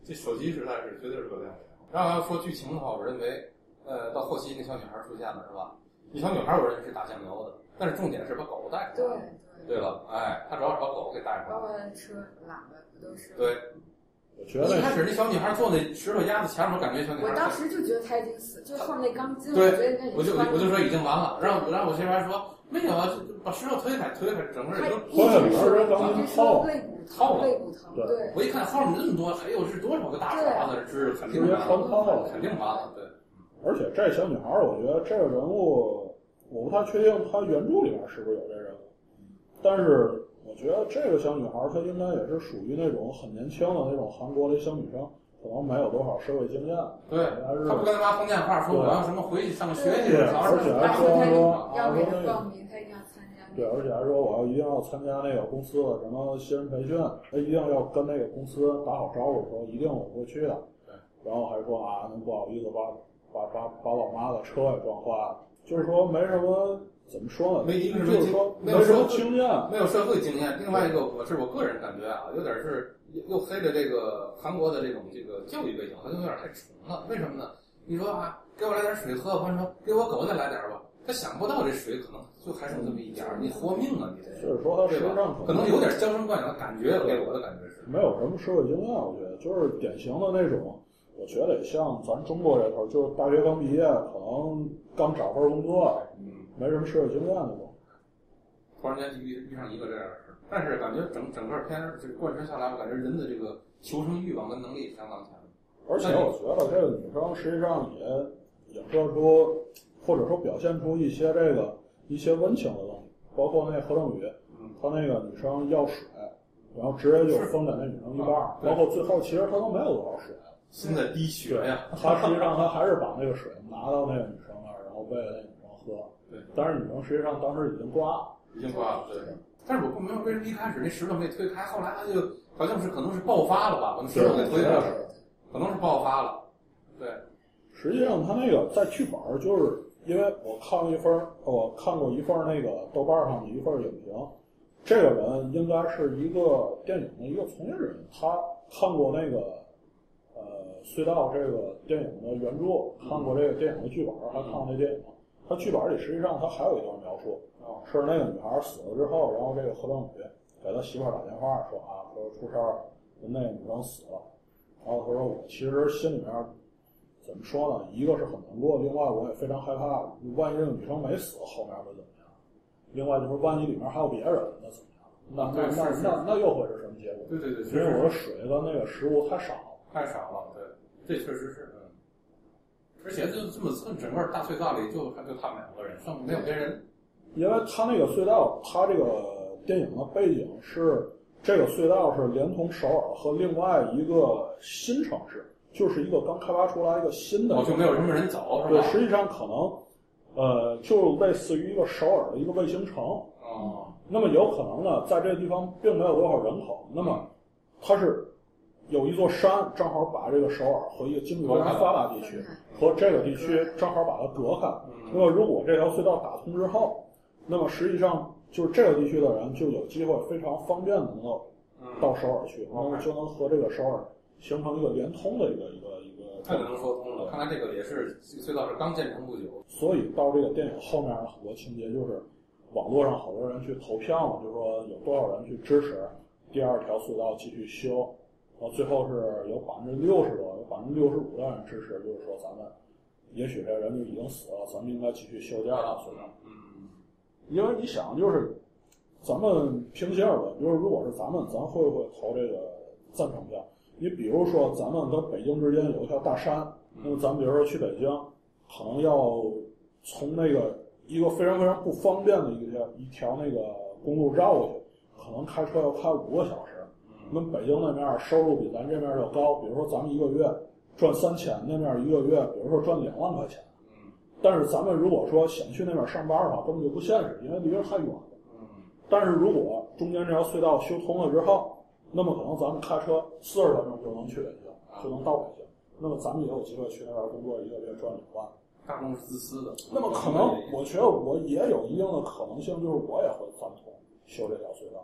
[SPEAKER 4] 这手机实在是绝对是个亮点。然后要说剧情的话，我认为，呃，到后期那小女孩出现了是吧？那小女孩我认为是打酱油的，但是重点是把狗带出
[SPEAKER 5] 对
[SPEAKER 4] 来。
[SPEAKER 5] 对，
[SPEAKER 4] 对了，哎，她主要是把狗给带出来
[SPEAKER 5] 包
[SPEAKER 4] 了。
[SPEAKER 5] 括车喇叭不都是？
[SPEAKER 4] 对，
[SPEAKER 3] 我觉得
[SPEAKER 4] 一开始那小女孩坐那石头压子前面，我感觉小女
[SPEAKER 5] 我当
[SPEAKER 4] 孩，
[SPEAKER 5] 时就觉得他已经死，就后面那钢筋，
[SPEAKER 4] 对
[SPEAKER 5] 我觉得
[SPEAKER 4] 我就
[SPEAKER 5] 应该已经穿
[SPEAKER 4] 我就说已经完了。然后然后我媳妇还说没有啊，就把石头推开推开，整个
[SPEAKER 5] 他
[SPEAKER 4] 人
[SPEAKER 5] 一
[SPEAKER 4] 就。
[SPEAKER 5] 直说一直说肋骨
[SPEAKER 4] 套
[SPEAKER 5] 疼，
[SPEAKER 4] 了
[SPEAKER 5] 肋骨疼，
[SPEAKER 3] 对
[SPEAKER 5] 对，
[SPEAKER 4] 我一看后面那么多，还有是多少个大爪
[SPEAKER 5] 啊
[SPEAKER 4] 子，是肯定
[SPEAKER 3] 直接
[SPEAKER 4] 完
[SPEAKER 3] 穿
[SPEAKER 4] 了，
[SPEAKER 3] 透了。
[SPEAKER 4] 肯定完了。对，
[SPEAKER 3] 而且这小女孩，我觉得这个人物，我不太确定她原著里面是不是有这人物，但是我觉得这个小女孩她应该也是属于那种很年轻的那种韩国的小女生，可能没有多少社会经验，
[SPEAKER 4] 对
[SPEAKER 3] 还是
[SPEAKER 4] 他不跟他妈封建话说
[SPEAKER 3] 对
[SPEAKER 4] 我要什么回去上学去，
[SPEAKER 3] 对
[SPEAKER 4] 早上
[SPEAKER 3] 而且
[SPEAKER 5] 然
[SPEAKER 3] 还
[SPEAKER 5] 后
[SPEAKER 3] 说
[SPEAKER 5] 他
[SPEAKER 3] 说啊
[SPEAKER 5] 要给他报名，他一定要参加那
[SPEAKER 3] 对，
[SPEAKER 5] 个，
[SPEAKER 3] 而且还说我要一定要参加那个公司的什么新人培训，他一定要跟那个公司打好招呼，说一定我会去的。
[SPEAKER 4] 对，
[SPEAKER 3] 然后还说啊，那不好意思，把把把把老妈的车也撞坏了，就是说没什么，怎么说呢？
[SPEAKER 4] 没一个
[SPEAKER 3] 就是是
[SPEAKER 4] 没经
[SPEAKER 3] 说
[SPEAKER 4] 没
[SPEAKER 3] 没
[SPEAKER 4] 有
[SPEAKER 3] 什
[SPEAKER 4] 社
[SPEAKER 3] 么
[SPEAKER 4] 会
[SPEAKER 3] 经验，
[SPEAKER 4] 没有社会经验。另外一个，我是我个人感觉啊，有点是又黑了这个韩国的这种这个教育背景，好像有点太纯了。为什么呢？你说啊，给我来点水喝，或者说给我狗再来点吧，他想不到这水可能就还剩这么一点儿，你活命啊，你这
[SPEAKER 3] 就是说他实际上
[SPEAKER 4] 可能有点娇生惯养的感觉，给我的感觉是。
[SPEAKER 3] 没有什么社会经验，我觉得就是典型的那种，我觉得也像咱中国这头，就是大学刚毕业，可能刚找份工作，
[SPEAKER 4] 嗯，
[SPEAKER 3] 没什么社会经验那种。
[SPEAKER 4] 突然间遇遇上一个这样的事儿，但是感觉整整个片儿这贯穿下来，我感觉人的这个求生欲望跟能力相当强。
[SPEAKER 3] 而且我觉得这个女生实际上也影射出，或者说表现出一些这个一些温情的东西，包括那何正宇，
[SPEAKER 4] 嗯，
[SPEAKER 3] 他那个女生要水，然后直接就分给那女生一半儿，
[SPEAKER 4] 是
[SPEAKER 3] 包括最后其实他都没有多少水，
[SPEAKER 4] 现在滴血呀，
[SPEAKER 3] 他实际上他还是把那个水拿到那个女生那儿，然后喂那女生喝，
[SPEAKER 4] 对，
[SPEAKER 3] 但是女生实际上当时已经挂了。
[SPEAKER 4] 已经挂了，对。但是我不明白为什么一开始那石头没推开，后来他就好像是可能是爆发了吧，把那石头给推开了，可能是爆发了。对，
[SPEAKER 3] 实际上，他那个在剧本儿，就是因为我看了一份儿，我看过一份儿那个豆瓣儿上的一份儿影评，这个人应该是一个电影的一个从业人员，他看过那个呃隧道这个电影的原著，看过这个电影的剧本儿，还看过那电影。他剧本儿里实际上他还有一段描述，啊
[SPEAKER 4] 哦，
[SPEAKER 3] 是那个女孩儿死了之后，然后这个何正宇给他媳妇儿打电话说啊，说出事儿了，那个女生死了。然后他说我其实心里面怎么说呢，一个是很难过，另外我也非常害怕，万一这个女生没死，后面会怎么样？另外就是万一里面还有别人，那怎么样？那那那那那又会是什么结果？
[SPEAKER 4] 对对对，确
[SPEAKER 3] 因为我
[SPEAKER 4] 实
[SPEAKER 3] 的水
[SPEAKER 4] 嗯
[SPEAKER 3] 跟那个食物太少了。
[SPEAKER 4] 太少了，对，这确实是，嗯。而且就这么整个大隧道里就就他们两个人，剩没有别人。
[SPEAKER 3] 因为它那个隧道，它这个电影的背景是这个隧道是连同首尔和另外一个新城市，就是一个刚开发出来一个新的。
[SPEAKER 4] 哦，就没有什么人走，是
[SPEAKER 3] 对，
[SPEAKER 4] 吧？
[SPEAKER 3] 实际上可能，呃，就类似于一个首尔的一个卫星城，
[SPEAKER 4] 哦，哦，
[SPEAKER 3] 那么有可能呢，在这个地方并没有多少人口，那么它是有一座山，正好把这个首尔和一个经济国家发达地区
[SPEAKER 5] 分开
[SPEAKER 3] 和这个地区正好把它隔开。那
[SPEAKER 4] 嗯，
[SPEAKER 3] 么如果这条隧道打通之后，那么实际上就是这个地区的人就有机会非常方便的能够
[SPEAKER 4] 嗯，
[SPEAKER 3] 到首尔去，然
[SPEAKER 4] 嗯
[SPEAKER 3] 后就能和这个首尔形成一个连通的一个一个一个
[SPEAKER 4] 太能说通了。看来这个也是这个隧道是刚建成不久，
[SPEAKER 3] 所以到这个电影后面的很多情节就是，网络上好多人去投票嘛，就说有多少人去支持第二条隧道继续修，然后最后是有百分之六十多，有百分之六十五的人支持，就是说咱们也许这人就已经死了，咱们应该继续修第二条隧道。
[SPEAKER 4] 嗯，
[SPEAKER 3] 因为你想，就是咱们平心而论，就是如果是咱们，咱会不会投这个赞成票？你比如说，咱们跟北京之间有一条大山，那
[SPEAKER 4] 嗯
[SPEAKER 3] 么咱们比如说去北京，可能要从那个一个非常非常不方便的一条一条那个公路绕过去，可能开车要开五个小时。
[SPEAKER 4] 嗯
[SPEAKER 3] 那么北京那面收入比咱这面要高，比如说咱们一个月赚三千，那面一个月比如说赚两万块钱。
[SPEAKER 4] 嗯
[SPEAKER 3] 但是咱们如果说想去那边上班的话，根本就不现实，因为离着太远了。
[SPEAKER 4] 嗯
[SPEAKER 3] 但是如果中间这条隧道修通了之后，那么可能咱们开车四十分钟就能去北京，就能到北京。那么咱们也有机会去那边工作，一个月赚两万。
[SPEAKER 4] 大众是自私的，
[SPEAKER 3] 那么可能，我觉得我也有一定的可能性，就是我也会赞同修这条隧道。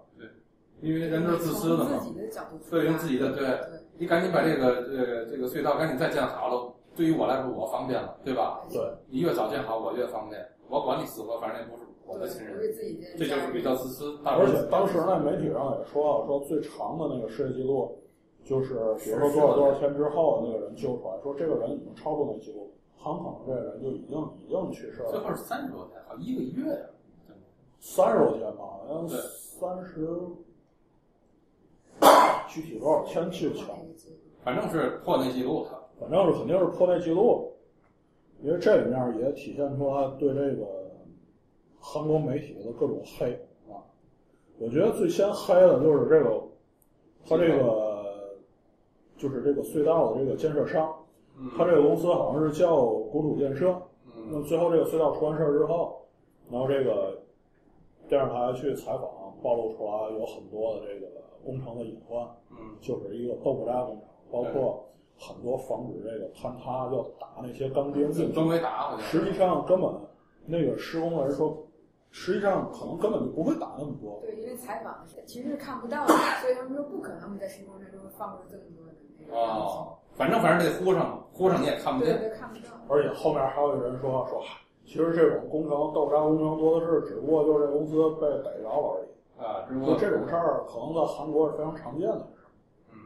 [SPEAKER 4] 因为人都是自私的
[SPEAKER 5] 从
[SPEAKER 4] 嘛
[SPEAKER 5] 自。己的角度出发，
[SPEAKER 4] 对，用自己的对，
[SPEAKER 5] 对，
[SPEAKER 4] 你赶紧把这个呃这个隧道赶紧再建好了，对于我来说我方便了，对吧？
[SPEAKER 3] 对，
[SPEAKER 4] 你越早建好我越方便，我管你死活，反正也不是我的亲
[SPEAKER 5] 对，
[SPEAKER 4] 人，
[SPEAKER 5] 为自己的，
[SPEAKER 4] 这就是比较自私。大
[SPEAKER 3] 而
[SPEAKER 4] 众
[SPEAKER 3] 且当时呢，媒体上也说了，说最长的那个世界纪录，就是比如说多少多少天之后，那个人救出来，说这个人已经超出那个记录，很可能这个人就已经已经去世
[SPEAKER 4] 最
[SPEAKER 3] 了，
[SPEAKER 4] 后是三十多天，好一个月呀、
[SPEAKER 3] 三十多天吧，好像
[SPEAKER 4] 对
[SPEAKER 3] 三十，具体多少天记不清，
[SPEAKER 4] 反正是破那记录了。
[SPEAKER 3] 反正是肯定是破那记录，因为这里面也体现出他对这个韩国媒体的各种黑啊。我觉得最先黑的就是这个，他这个就是这个隧道的这个建设商，
[SPEAKER 4] 嗯
[SPEAKER 3] 他这个公司好像是叫国土建设。那
[SPEAKER 4] 嗯
[SPEAKER 3] 么最后这个隧道出完事儿之后，然后这个电视台去采访，暴露出来有很多的这个工程的隐患。
[SPEAKER 4] 嗯
[SPEAKER 3] 就是一个豆腐渣工厂，包括很多防止这个坍塌要打那些钢钉进去。
[SPEAKER 4] 周围打好像
[SPEAKER 3] 实际上根本那个施工人说，实际上可能根本就不会打那么多。
[SPEAKER 5] 对，因为采访其实是看不到的，所以他们说不可能在施工之中放出这么多的那个东西
[SPEAKER 4] 哦，反正反正得呼上，呼上你也看不
[SPEAKER 5] 对
[SPEAKER 4] 见。
[SPEAKER 5] 对，看不到。
[SPEAKER 3] 而且后面还有一个人说说，嗨其实这种工程豆腐渣工程多的是，只不过就是这公司被逮着了而已。
[SPEAKER 4] 啊，只
[SPEAKER 3] 就
[SPEAKER 4] 不过
[SPEAKER 3] 这种事儿可能在韩国是非常常见的事儿。
[SPEAKER 4] 嗯，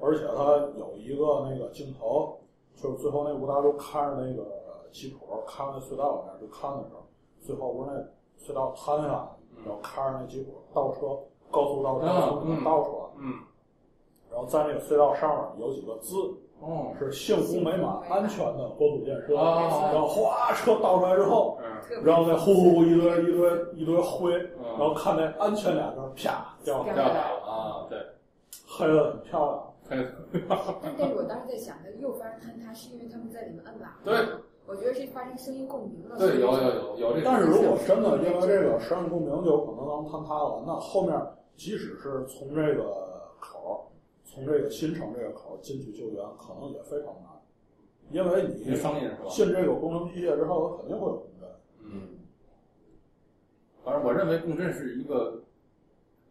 [SPEAKER 3] 而且他有一个那个镜头，就是最后那吴大叔看着那个吉普看着隧道里面就看的时候，最后不是那隧道瘫下来，
[SPEAKER 4] 嗯
[SPEAKER 3] 然后看着那吉普倒车，高速倒车
[SPEAKER 4] 嗯
[SPEAKER 3] 从里面倒出来，
[SPEAKER 4] 嗯
[SPEAKER 3] 然后在那个隧道上面有几个字
[SPEAKER 4] 哦
[SPEAKER 3] 是“幸福美满，安全的国土建设”，
[SPEAKER 4] 哦
[SPEAKER 3] 然后哗车倒出来之后，
[SPEAKER 4] 嗯
[SPEAKER 5] 特别
[SPEAKER 3] 然后再呼呼一堆一堆一堆灰，然后
[SPEAKER 4] 嗯，
[SPEAKER 3] 看那“安全”俩字儿啪掉下来。
[SPEAKER 4] 要打了啊，对，
[SPEAKER 3] 黑的很漂亮，
[SPEAKER 4] 可以
[SPEAKER 5] 但但是我当时在想，它又发生坍塌，是因为他们在里面摁喇叭。
[SPEAKER 4] 对，
[SPEAKER 5] 我觉得是发生声音共鸣了。
[SPEAKER 4] 嗯对，有有有有这个，
[SPEAKER 3] 但是如果真的因为这个商业共鸣有可能能坍塌了，那后面即使是从这个口儿，从这个新城这个口儿进去救援，可能也非常难，因为你
[SPEAKER 4] 你声音是吧？
[SPEAKER 3] 进这个工程机械之后，它肯定会有共振。
[SPEAKER 4] 嗯，
[SPEAKER 5] 嗯，
[SPEAKER 4] 反正我认为共振是一个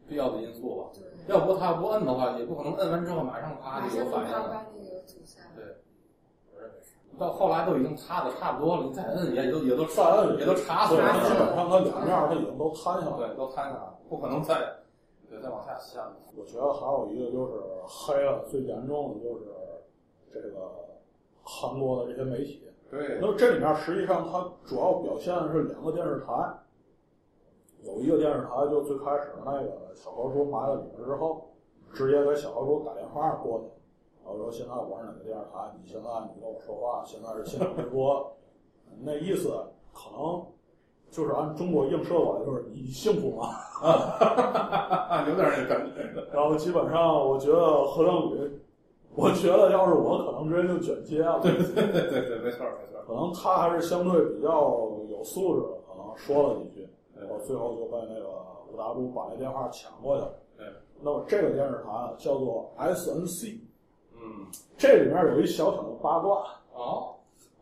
[SPEAKER 4] 必要的因素吧。
[SPEAKER 5] 对，
[SPEAKER 4] 要不他不摁的话，也不可能摁完之后马上啪
[SPEAKER 5] 马
[SPEAKER 4] 就有
[SPEAKER 5] 上就
[SPEAKER 4] 反
[SPEAKER 5] 啪
[SPEAKER 4] 应了。
[SPEAKER 5] 啪那个阻塞。
[SPEAKER 4] 我认为是到后来都已经塌的差不多了，你再摁也都也都
[SPEAKER 3] 再摁
[SPEAKER 4] 也都查死
[SPEAKER 3] 所以
[SPEAKER 5] 对
[SPEAKER 3] 基
[SPEAKER 4] 了，
[SPEAKER 3] 本上它两面儿它已经都摊下来了。
[SPEAKER 4] 对，都瘫下了，不可能再对再往下陷了。
[SPEAKER 3] 我觉得还有一个就是黑了最严重的就是这个韩国的这些媒体，
[SPEAKER 4] 对
[SPEAKER 3] 那么这里面实际上它主要表现的是两个电视台，有一个电视台就最开始那个小何叔埋在里面之后，直接给小何叔打电话过去，然后说现在我是哪个电视台，你现在你跟我说话，现在是现场直播，那意思可能就是按中国映射过来，就是你幸福吗？
[SPEAKER 4] 啊，有点那感觉。
[SPEAKER 3] 然后基本上我觉得何正宇，我觉得要是我可能直接就卷接了。
[SPEAKER 4] 对对对，没错没错。
[SPEAKER 3] 可能他还是相对比较有素质的，可能说了几句。
[SPEAKER 4] 对，对
[SPEAKER 3] 我最后就被那个五大叔把那电话抢过去了。
[SPEAKER 4] 对，
[SPEAKER 3] 那么这个电视台啊叫做 SNC，
[SPEAKER 4] 嗯，
[SPEAKER 3] 这里面有一小小的八卦。
[SPEAKER 4] 哦，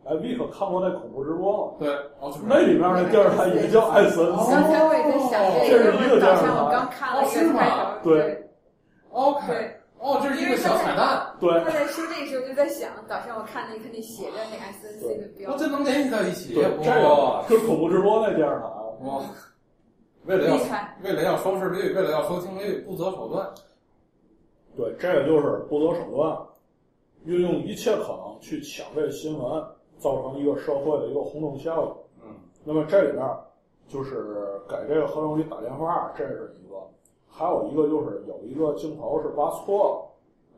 [SPEAKER 3] 哎，V 可看过那恐怖直播吗？
[SPEAKER 4] 对，哦，就是
[SPEAKER 3] 那里面那电视台也叫
[SPEAKER 4] 哦
[SPEAKER 3] SNC，
[SPEAKER 5] 刚才我也在想这个，因为早上我刚看了一个开头，对
[SPEAKER 4] ，OK，
[SPEAKER 5] 对，
[SPEAKER 4] 哦，这是一个小彩蛋，
[SPEAKER 3] 对
[SPEAKER 5] 他在说这个时候就在想，早上我看了一个那写着那 S N C 的标
[SPEAKER 4] 哦，，这能联系到一起，
[SPEAKER 3] 对，这
[SPEAKER 4] 哇
[SPEAKER 3] 个跟恐怖直播那电视台，
[SPEAKER 4] 哇，为了要
[SPEAKER 5] 厉害，
[SPEAKER 4] 为了要收视率，为了要收听率，不择手段，
[SPEAKER 3] 对，这个就是不择手段，运用一切可能去抢这个新闻，造成一个社会的一个轰动效应。
[SPEAKER 4] 嗯，
[SPEAKER 3] 那么这里边儿就是给这个合成器打电话，这是一个；还有一个就是有一个镜头是挖错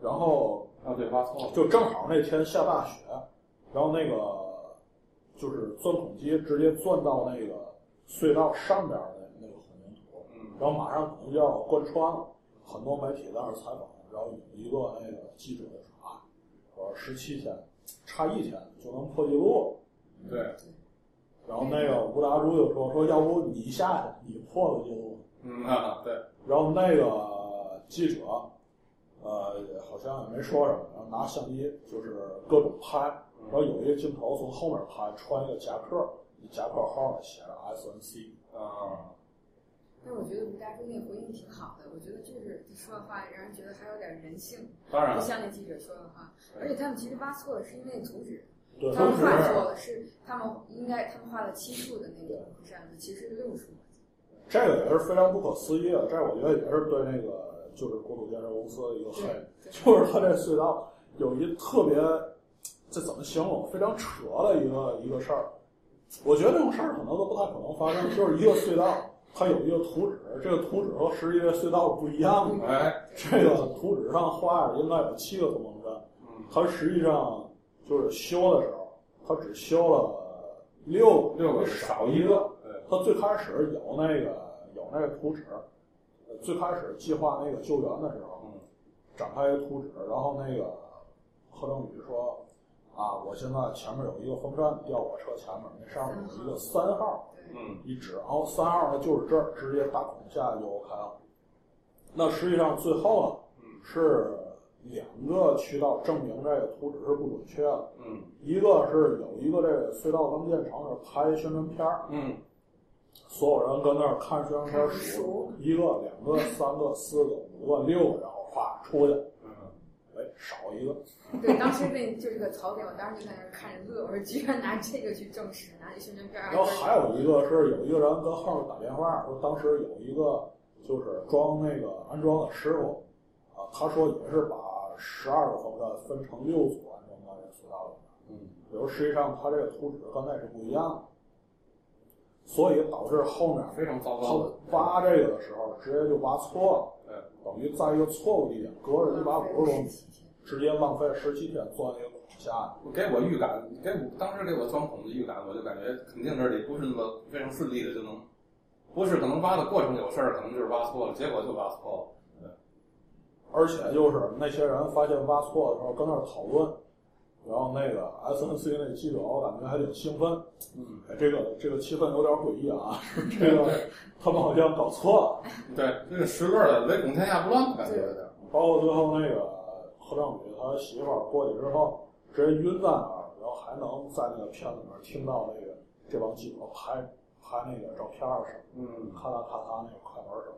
[SPEAKER 3] 了，然后
[SPEAKER 4] 啊，对，挖错了，
[SPEAKER 3] 就正好那天下大雪，然后那个就是钻孔机直接钻到那个隧道上边儿的那个混凝土，
[SPEAKER 4] 嗯，
[SPEAKER 3] 然后马上可能就要贯穿了。很多媒体在那儿采访，然后有一个那个记者就说啊，我十七天，差一天就能破纪录了。
[SPEAKER 4] 对，
[SPEAKER 3] 然后那个吴达洙就说说，要不你下去，你破个记录。
[SPEAKER 4] 嗯啊，对，
[SPEAKER 3] 然后那个记者，呃，好像也没说什么，然后拿相机就是各种拍，然后有一个镜头从后面拍，穿一个夹克，夹克号写着 SNC。
[SPEAKER 4] 啊，
[SPEAKER 5] 但我觉得吴大叔那回应挺好的，我觉得就是他说的话让人觉得还有点人性，
[SPEAKER 4] 当
[SPEAKER 3] 啊
[SPEAKER 4] 然
[SPEAKER 5] 不
[SPEAKER 4] 了，
[SPEAKER 5] 像那记者说的话，而且他们其实挖错了是因为图纸。
[SPEAKER 3] 对，
[SPEAKER 5] 他
[SPEAKER 3] 都
[SPEAKER 5] 们
[SPEAKER 3] 是
[SPEAKER 5] 画错了，是他们应该他们画了七处的那个扇子，其实是六处。
[SPEAKER 3] 这个也是非常不可思议的，这我觉得也是对那个就是国土建设公司的一个黑，
[SPEAKER 5] 对，
[SPEAKER 3] 就是它这隧道有一特别，这怎么形容？非常扯的一个一个事儿。我觉得这种事儿可能都不太可能发生，就是一个隧道，它有一个图纸，这个图纸和实际的隧道不一样的。
[SPEAKER 4] 哎，
[SPEAKER 3] 这个图纸上画着应该有七个东风山，
[SPEAKER 4] 嗯，
[SPEAKER 3] 它实际上就是修的时候，它只修了六个，
[SPEAKER 4] 六个
[SPEAKER 3] 少一个。
[SPEAKER 4] 对，
[SPEAKER 3] 他最开始有那个有那个图纸，呃最开始计划那个救援的时候
[SPEAKER 4] 嗯，
[SPEAKER 3] 展开一个图纸，然后那个何正宇说：“啊，我现在前面有一个风扇掉我车前面，那上面有一个三号，
[SPEAKER 4] 嗯，
[SPEAKER 3] 一指，然后三号呢就是这儿，直接大孔下去就 OK 了。”那实际上最后呢
[SPEAKER 4] 嗯
[SPEAKER 3] 是两个渠道证明这个图纸是不准确的，
[SPEAKER 4] 嗯，
[SPEAKER 3] 一个是有一个这个隧道刚建成的时候拍宣传片儿。
[SPEAKER 4] 嗯，
[SPEAKER 3] 所有人跟那儿看宣传片
[SPEAKER 5] 看
[SPEAKER 3] 儿
[SPEAKER 5] 熟，
[SPEAKER 3] 一个、两个、三个、四个、五个、六个，然后哗出去，
[SPEAKER 4] 嗯，
[SPEAKER 3] 哎，少一个，
[SPEAKER 5] 对，当时那就是个槽点，我当时就在那儿看着乐，我说居然拿这个去证实，拿这宣传片儿。啊
[SPEAKER 3] 然后还有一个是有一个人跟后面打电话说，当时有一个就是装那个安装的师傅啊，他说也是把十二个风扇分成六组安装到这个隧道里面，
[SPEAKER 4] 嗯，
[SPEAKER 3] 比如实际上它这个图纸跟那是不一样的，所以导致后面
[SPEAKER 4] 非常糟
[SPEAKER 3] 他
[SPEAKER 4] 糕，
[SPEAKER 3] 挖这个的时候直接就挖错了，
[SPEAKER 4] 对，
[SPEAKER 3] 等于在一个错误地点隔着一百五十公里。
[SPEAKER 5] 对
[SPEAKER 3] 直接浪费十七天钻一个孔下
[SPEAKER 4] 我给我预感，给我当时给我钻孔的预感，我就感觉肯定这里不是那么非常顺利的就能，不是可能挖的过程有事儿，可能就是挖错了，结果就挖错
[SPEAKER 3] 而且就是那些人发现挖错的时候跟那儿讨论，然后那个 SNC 那记者我感觉还挺兴奋，
[SPEAKER 4] 了，嗯，
[SPEAKER 3] 哎，这个这个气氛有点诡异啊， 这个他们好像搞错了，
[SPEAKER 4] 对，这个石乐的唯恐天下不乱的感觉有点，
[SPEAKER 3] 包括最后那个何正宇他媳妇儿过去之后直接晕在那儿，然后还能在那个片里面听到那个这帮记者拍拍那个照片的时候。
[SPEAKER 4] 嗯，
[SPEAKER 3] 咔嗒咔嗒那个快门声。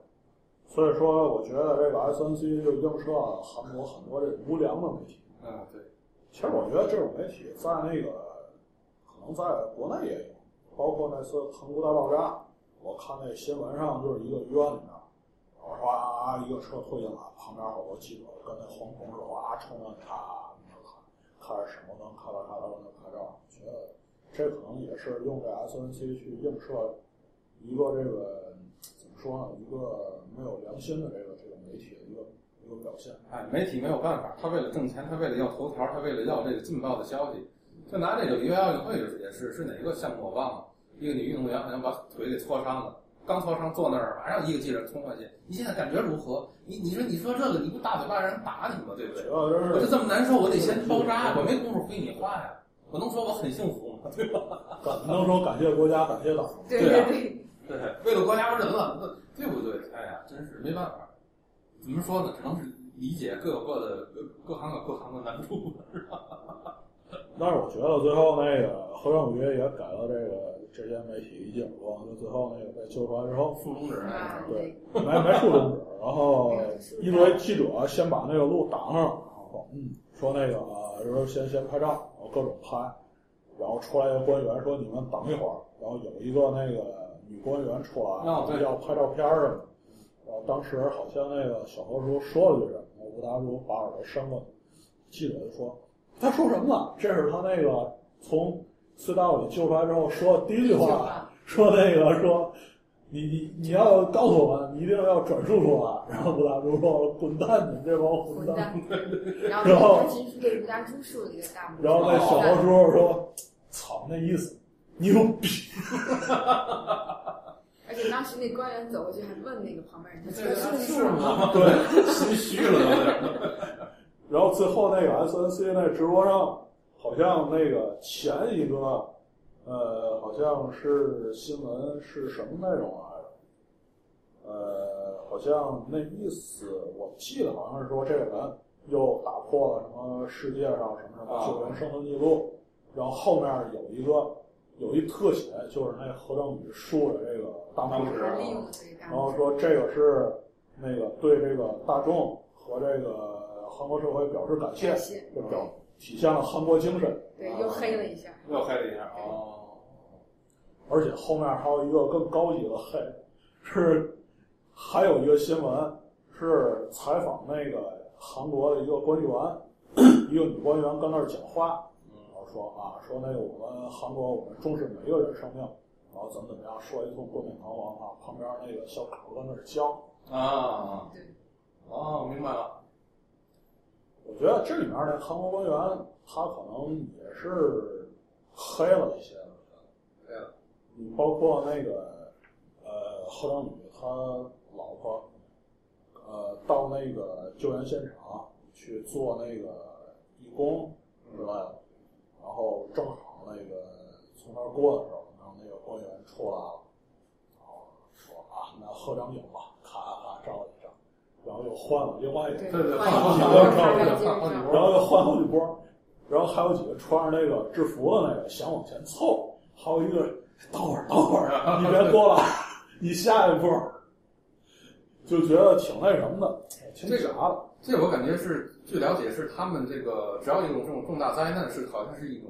[SPEAKER 3] 所以说，我觉得这个 SNC 就映射了韩国很多这种无良的媒体。
[SPEAKER 4] 啊，对，
[SPEAKER 3] 其实我觉得这种媒体在那个可能在国内也有，包括那次韩国大爆炸，我看那新闻上就是一个医院里面，然后唰一个车推进来，旁边好多记者跟那黄铜似的哇冲上去咔咔开着闪光灯咔嗒咔嗒跟那拍照，觉得这可能也是用这 SNC 去映射一个这个怎么说呢，一个没有良心的这个这个媒体的一个一个表现。
[SPEAKER 4] 哎，媒体没有办法，他为了挣钱，他为了要头条，他为了要这个劲爆的消息，就拿这个里约奥运会也是，是哪个项目我忘了，一个女运动员好像把腿给挫伤了，刚挫伤坐那儿，马上一个记者冲过去，你现在感觉如何？你你说你说这个，你不大嘴巴让人打你吗？对不对
[SPEAKER 3] 主？要真
[SPEAKER 4] 我
[SPEAKER 3] 是
[SPEAKER 4] 就这么难受，我得先包扎，我没工夫回你话呀。我能说我很幸福吗？对吧？
[SPEAKER 3] 感能说感谢国家，感谢党。
[SPEAKER 5] 对对，
[SPEAKER 4] 对，为了国家而人了，那对不对？哎呀，真是没办法，怎么说呢？只能是理解各有各的各各行有各行的难处。
[SPEAKER 3] 但是我觉得最后那个河政局也给了这个这些媒体一记耳光，就最后那个被揪出来之后，
[SPEAKER 4] 竖中指那个
[SPEAKER 5] 啊，
[SPEAKER 4] 事
[SPEAKER 3] 对哦没没处终止，然后一堆记者先把那个路挡上了，嗯，说那个呃说先先拍照，然后各种拍，然后出来的官员说你们等一会儿，然后有一个那个女官员出来，
[SPEAKER 4] 哦对
[SPEAKER 3] 要拍照片儿什么的，然后当时好像那个小何叔说了句什么，吴达叔把耳朵伸过去，记者就说他说什么了？这是他那个从隧道里救出来之后说的第一句话。说那个说，你你你要告诉我，你一定要转述出来。然后吴大叔说：“滚蛋，你们这帮
[SPEAKER 5] 混
[SPEAKER 3] 混蛋
[SPEAKER 5] 蛋！” 然后黄金叔对吴大叔竖了一个大拇指，
[SPEAKER 3] 然后那小毛叔说：“操，那意思，牛逼
[SPEAKER 5] 而且当时那官员走过去还问那个旁边人，他
[SPEAKER 4] 这
[SPEAKER 5] 说
[SPEAKER 4] 个
[SPEAKER 5] 是
[SPEAKER 4] 是
[SPEAKER 5] 不是？
[SPEAKER 4] 吗？！”
[SPEAKER 3] 对，
[SPEAKER 4] 心虚了有点。
[SPEAKER 3] 然后最后那个 SNC 那直播上，好像那个前一个，呃，好像是新闻是什么内容来着？呃，好像那意思，我记得好像是说这个人又打破了什么世界上什么什么
[SPEAKER 4] 啊
[SPEAKER 3] 九零生存记录，然后后面有一个有一特写，就是那何正宇竖着这个大啊拇指，
[SPEAKER 5] 还利用这个大
[SPEAKER 3] 然后
[SPEAKER 5] 拇指，
[SPEAKER 3] 哦说这个是那个对这个大众和这个韩国社会表示感谢
[SPEAKER 5] 感，谢
[SPEAKER 3] 就表体现了韩国精神。
[SPEAKER 5] 对，又黑了一下，
[SPEAKER 4] 又黑了一下哦，
[SPEAKER 3] 而且后面还有一个更高级的黑，是还有一个新闻是采访那个韩国的一个官员， 一个女官员跟那儿讲话，然
[SPEAKER 4] 嗯，
[SPEAKER 3] 后说啊，说那个我们韩国我们重视每个人生命，然后怎么怎么样，说一通冠冕堂皇啊，旁边那个小狗跟那儿叫。
[SPEAKER 4] 啊，
[SPEAKER 5] 对，
[SPEAKER 4] 哦，明白了，
[SPEAKER 3] 我觉得这里面的韩国官员，他可能也是黑了一些。
[SPEAKER 4] 黑了。
[SPEAKER 3] 你嗯包括那个呃，贺章宇他老婆，呃，到那个救援现场去做那个义工之类的，然后正好那个从那儿过的时候，然后那个官员出来了，然后说啊，那贺章宇吧，咔咔照一张，然后又换了另外一个。
[SPEAKER 5] 对
[SPEAKER 4] 对对，
[SPEAKER 5] 换
[SPEAKER 4] 好
[SPEAKER 5] 一
[SPEAKER 4] 几
[SPEAKER 5] 个
[SPEAKER 4] 波，
[SPEAKER 5] 换一个
[SPEAKER 4] 好几
[SPEAKER 3] 然后
[SPEAKER 4] 波，
[SPEAKER 3] 又换好几波，然后还有几个穿着那个制服的那个想往前凑，还有一个等会儿等会儿，啊 你别过来，你下一步，就觉得挺那什么的，哎挺那啥的。
[SPEAKER 4] 这我感觉是，据了解是他们这个，只要有一种这种重大灾难，是好像是一种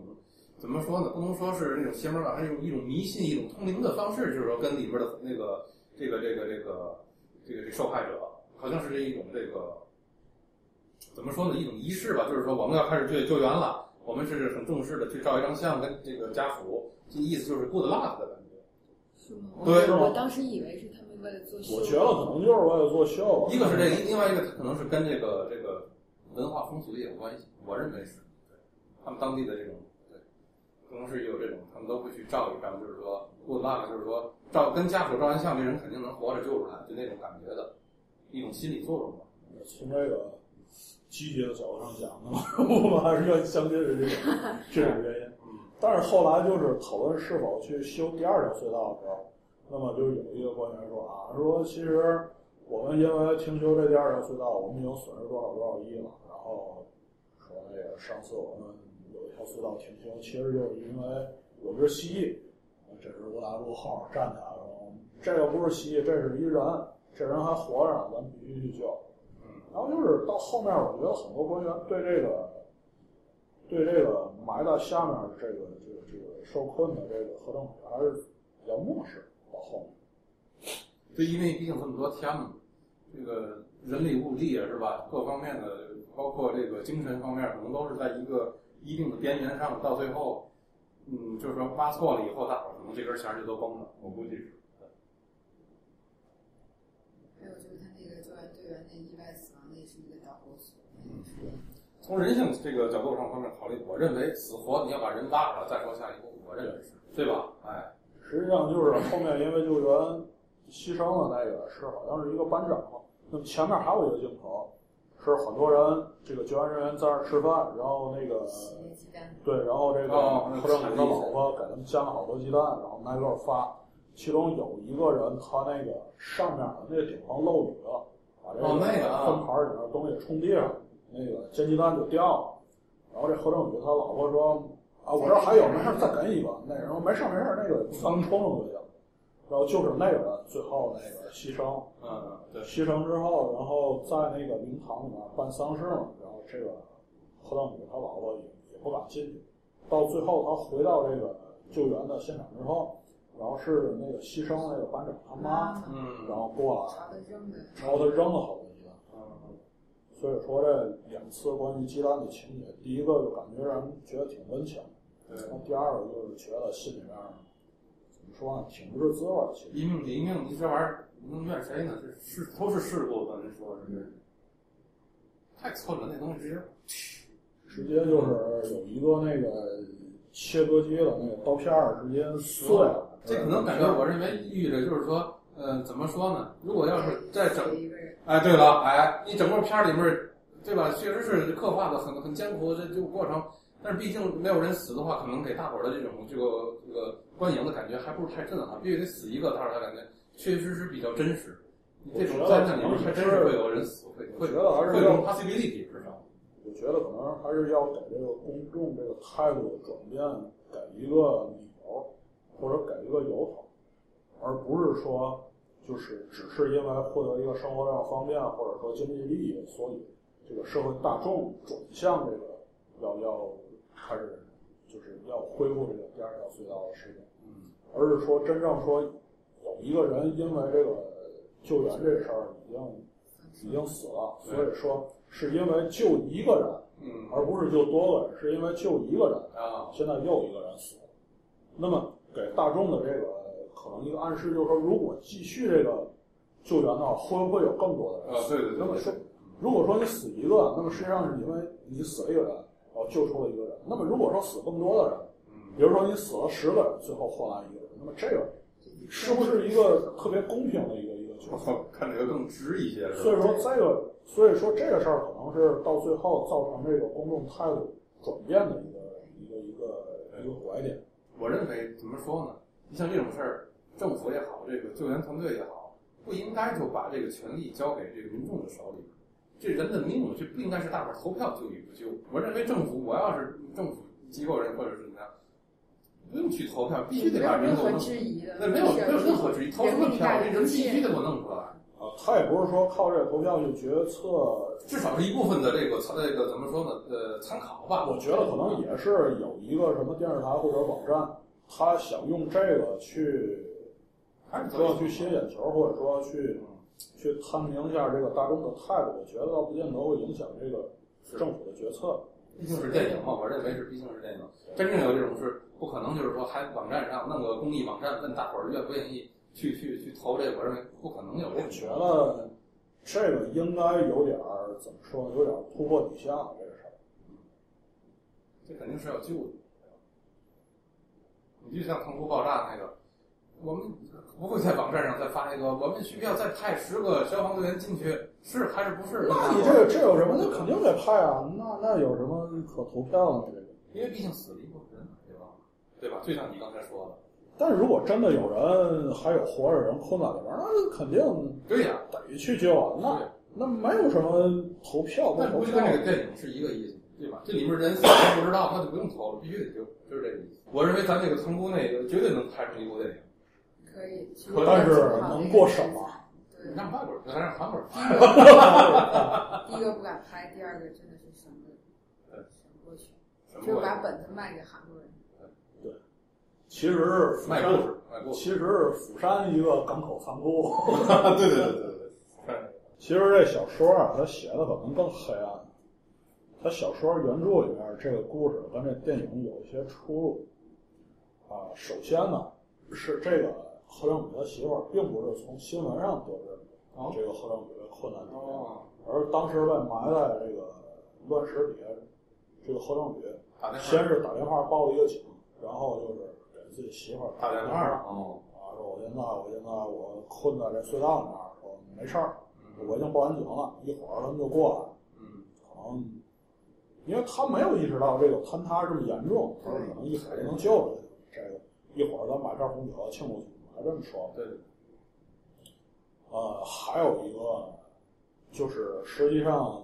[SPEAKER 4] 怎么说呢？不能说是那种邪门吧，还是一种一种迷信、一种通灵的方式，就是说跟里边的那个这个这个这个这个这个受害者，好像是这一种这个怎么说呢？一种仪式吧，就是说我们要开始救救援了，我们是很重视的去照一张相跟这个家属，这意思就是 good luck 的感觉。
[SPEAKER 5] 是吗？
[SPEAKER 4] 对
[SPEAKER 5] 我我当时以为是他们为了做秀，
[SPEAKER 3] 我觉得可能就是为了做秀，啊
[SPEAKER 4] 一个是这个，另外一个可能是跟这个这个文化风俗也有关系，我认为是。对，他们当地的这种，对，可能是有这种，他们都会去照一张，就是说 good luck，就是说照跟家属照完相，这人肯定能活着救出来，就那种感觉的一种心理作用吧。
[SPEAKER 3] 从这个积极的角度上讲呢，我们还是要相信 是这个这种原因。
[SPEAKER 4] 嗯，
[SPEAKER 3] 但是后来就是讨论是否去修第二条隧道的时候，那么就有一个官员说啊，说其实我们因为停修这第二条隧道，我们已经损失多少多少亿了。然后说那个上次我们有一条隧道停修，其实就是因为有只蜥蜴。这时吴大叔后面站起来说，这个不是蜥蜴，这是一人，这人还活着，咱们必须去救。然后就是到后面，我觉得很多官员对这个对这个埋在下面的这个这个这个受困的这个合同还是比较漠视。到后面，
[SPEAKER 4] 就因为毕竟这么多天嘛，这个人力物力啊，是吧？各方面的，包括这个精神方面，可能都是在一个一定的边缘上，到最后，嗯，就是说挖错了以后，大伙儿可能这根弦儿就都崩了，我估计是。
[SPEAKER 5] 还有就是他那个救援队员那意外死亡的也是一个导火索，
[SPEAKER 4] 从人性这个角度上方面考虑，我认为死活你要把人挖出来再说下一步，我认为是对吧？哎，
[SPEAKER 3] 实际上就是后面因为救援牺牲的那个是好像是一个班长嘛。那么前面还有一个镜头是很多人这个救援人员在那儿吃饭，然后那个
[SPEAKER 5] 洗那鸡蛋，
[SPEAKER 3] 对，然后这个
[SPEAKER 4] 哦
[SPEAKER 3] 何正宇的老婆给他们煎了好多鸡蛋，然后挨个儿发，其中有一个人他那个上面的那个顶棚漏雨了，把这
[SPEAKER 4] 哦那个啊
[SPEAKER 3] 粪盘里面东西冲地上，那个煎鸡蛋就掉了。然后这何正宇他老婆说：“啊，我这还有，没事儿再给你吧。”那人说：“没事儿没事儿，那个咱们冲冲就行。”然后就是那个人最后那个牺牲，
[SPEAKER 4] 嗯，对，
[SPEAKER 3] 牺牲之后，然后在那个灵堂里面办丧事嘛，然后这个何道宇他老婆也也不敢进去，到最后他回到这个救援的现场之后，然后是那个牺牲那个班长他妈，
[SPEAKER 5] 啊
[SPEAKER 4] 嗯，
[SPEAKER 3] 然后过来，
[SPEAKER 5] 朝他扔的，
[SPEAKER 3] 然后他扔了好多鸡蛋，
[SPEAKER 4] 嗯
[SPEAKER 3] 所以说这两次关于鸡蛋的情节，第一个就感觉让人觉得挺温情，
[SPEAKER 4] 对，
[SPEAKER 3] 然后第二个就是觉得心里面怎么说呢，挺不是滋味儿，其实。
[SPEAKER 4] 一命抵一命，你这玩意儿能怨谁呢？这是都是事故，咱说是不是？太寸了，那东西直接
[SPEAKER 3] 直接就是有一个那个切割机的那个刀片儿直接碎了。呃
[SPEAKER 4] 这可能感
[SPEAKER 3] 嗯
[SPEAKER 4] 觉，我认为抑郁的就是说，呃，怎么说呢？如果要是在整，
[SPEAKER 5] 一个人，
[SPEAKER 4] 哎，对了，哎，你整个片儿里面儿，对吧？确实是刻画的很很艰苦的这这个过程，但是毕竟没有人死的话，可能给大伙儿的这种这个这个观影的感觉还不是太震撼，毕竟得死一个，大伙儿才感觉确实是比较真实。你这种灾难里面儿还真是会有人死，会
[SPEAKER 3] 我
[SPEAKER 4] 会
[SPEAKER 3] 觉得还
[SPEAKER 4] 会
[SPEAKER 3] 是
[SPEAKER 4] 有
[SPEAKER 3] 要，
[SPEAKER 4] possibility 至少。
[SPEAKER 3] 我觉得可能还是要给这个公众这个态度转变给一个理由，或者给一个由头，而不是说就是只是因为获得一个生活上方便或者说经济利益，所以这个社会大众转向这个要要开始就是要恢复这个第二条隧道的事情。
[SPEAKER 4] 嗯，
[SPEAKER 3] 而是说真正说有一个人因为这个救援这事儿已经已经死了，
[SPEAKER 4] 对
[SPEAKER 3] 所以说是因为救一个人，
[SPEAKER 4] 嗯，
[SPEAKER 3] 而不是救多个人，是因为救一个人，
[SPEAKER 4] 啊，
[SPEAKER 3] 现在又一个人死了。那么给大众的这个可能一个暗示就是说，如果继续这个救援的话，会不会有更多的人
[SPEAKER 4] 啊，
[SPEAKER 3] 死？
[SPEAKER 4] 对对
[SPEAKER 3] 那
[SPEAKER 4] 对
[SPEAKER 3] 么
[SPEAKER 4] 对
[SPEAKER 3] 说，如果说你死一个，那么实际上是因为你死了一个人，然后救出了一个人。那么如果说死更多的人，
[SPEAKER 4] 嗯，
[SPEAKER 3] 比如说你死了十个人，最后换来一个人，那么这个是不是一个特别公平的一个一个决
[SPEAKER 4] 我
[SPEAKER 3] 策？
[SPEAKER 4] 靠，看着就更直一些，
[SPEAKER 3] 所
[SPEAKER 4] 是
[SPEAKER 3] 以
[SPEAKER 4] 吧？
[SPEAKER 3] 说这个，所以说这个事儿可能是到最后造成这个公众态度转变的一个一个一个一个拐点。
[SPEAKER 4] 我认为怎么说呢？你像这种事儿，政府也好，这个救援团队也好，不应该就把这个权利交给这个民众的手里。这人的命，这不应该是大伙儿投票救与不救。我认为政府，我要是政府机构人或者是怎么样，不用去投票，必须得
[SPEAKER 5] 没
[SPEAKER 4] 把
[SPEAKER 5] 有
[SPEAKER 4] 人
[SPEAKER 5] 任
[SPEAKER 4] 弄
[SPEAKER 5] 何
[SPEAKER 4] 出来。
[SPEAKER 5] 质疑的，
[SPEAKER 4] 那没有没有任何质疑，投什么
[SPEAKER 5] 人民
[SPEAKER 4] 票，
[SPEAKER 5] 大
[SPEAKER 4] 这
[SPEAKER 5] 于
[SPEAKER 4] 人
[SPEAKER 5] 一
[SPEAKER 4] 必
[SPEAKER 5] 切
[SPEAKER 4] 须得给我弄出来。
[SPEAKER 3] 啊，他也不是说靠这个投票去决策，
[SPEAKER 4] 至少是一部分的这个参这个怎么说呢？呃，参考吧。
[SPEAKER 3] 我觉得可能也是有一个什么电视台或者网站，他想用这个去
[SPEAKER 4] 还是
[SPEAKER 3] 说去吸引眼球，或者说去去探明一下这个大众的态度，我觉得倒不见得会影响这个政府的决策。
[SPEAKER 4] 毕竟是电影嘛，我认为是毕竟是电影。真正有这种事，不可能就是说还网站上弄个公益网站，问大伙儿愿不愿意去去去投这个，我认为不可能有这
[SPEAKER 3] 我
[SPEAKER 4] 种
[SPEAKER 3] 觉得这个应该有点儿怎么说，有点儿突破底线了这个事儿。
[SPEAKER 4] 这肯定是要救的。你就像成都爆炸那个，我们不会在网站上再发一个，我们需要再派十个消防队员进去，是还是不是？
[SPEAKER 3] 那你这
[SPEAKER 4] 哦
[SPEAKER 3] 个这有什么？那肯定得派啊！那那有什么可投票呢？这个。
[SPEAKER 4] 因为毕竟死了一部分人，对吧？对吧？就像你刚才说的，
[SPEAKER 3] 但如果真的有人还有活着人困在里边儿，那肯定
[SPEAKER 4] 对呀、
[SPEAKER 3] 得去救啊！
[SPEAKER 4] 对
[SPEAKER 3] 那那没有什么投票不
[SPEAKER 4] 那
[SPEAKER 3] 投
[SPEAKER 4] 不就
[SPEAKER 3] 票
[SPEAKER 4] 跟这
[SPEAKER 3] 的
[SPEAKER 4] 个电影是一个意思，对吧？这里面人死活不知道，那就不用投了，必须得丢，就是这个意思。我认为咱这个成都那个绝对能拍成一部电影。
[SPEAKER 5] 可以，其实
[SPEAKER 4] 可
[SPEAKER 3] 但是
[SPEAKER 5] 挺好的
[SPEAKER 3] 能
[SPEAKER 5] 一个
[SPEAKER 3] 过
[SPEAKER 5] 题
[SPEAKER 3] 审
[SPEAKER 5] 材
[SPEAKER 3] 吗？
[SPEAKER 5] 对
[SPEAKER 4] 你，让外国人，咱让韩国人拍，
[SPEAKER 5] 第一个不敢拍，第二个真的是省略，
[SPEAKER 4] 对
[SPEAKER 5] 省过去，
[SPEAKER 4] 什
[SPEAKER 5] 就是
[SPEAKER 4] 么
[SPEAKER 5] 把本子卖给韩国人。
[SPEAKER 3] 其 实
[SPEAKER 4] 卖故事，卖故事。
[SPEAKER 3] 其实釜山一个港口仓库。
[SPEAKER 4] 对对对对对。
[SPEAKER 3] 其实这小说啊，它写的可能更黑暗。它小说原著里面这个故事跟这电影有一些出入啊。首先呢，是这个何正宇的媳妇儿并不是从新闻上得知
[SPEAKER 4] 哦
[SPEAKER 3] 这个何正宇的困难里面，
[SPEAKER 4] 哦，
[SPEAKER 3] 而当时被埋在这个乱石底下，这个何正宇
[SPEAKER 4] 打电
[SPEAKER 3] 先
[SPEAKER 4] 话，
[SPEAKER 3] 是打电话报了一个警，然后就是给自己媳妇儿
[SPEAKER 4] 打电
[SPEAKER 3] 电
[SPEAKER 4] 话
[SPEAKER 3] 话
[SPEAKER 4] 哦，
[SPEAKER 3] 啊，说我现在我现在我困在这隧道里面，说没事儿，
[SPEAKER 4] 嗯
[SPEAKER 3] 我已经报完警了，一会儿他们就过来。
[SPEAKER 4] 嗯，
[SPEAKER 3] 可能因为他没有意识到这个坍塌这么严重，他说可能一会儿就能救出来。这个一会儿咱买瓶红酒庆祝庆祝，来这么说嘛。
[SPEAKER 4] 对，
[SPEAKER 3] 呃，还有一个就是实际上，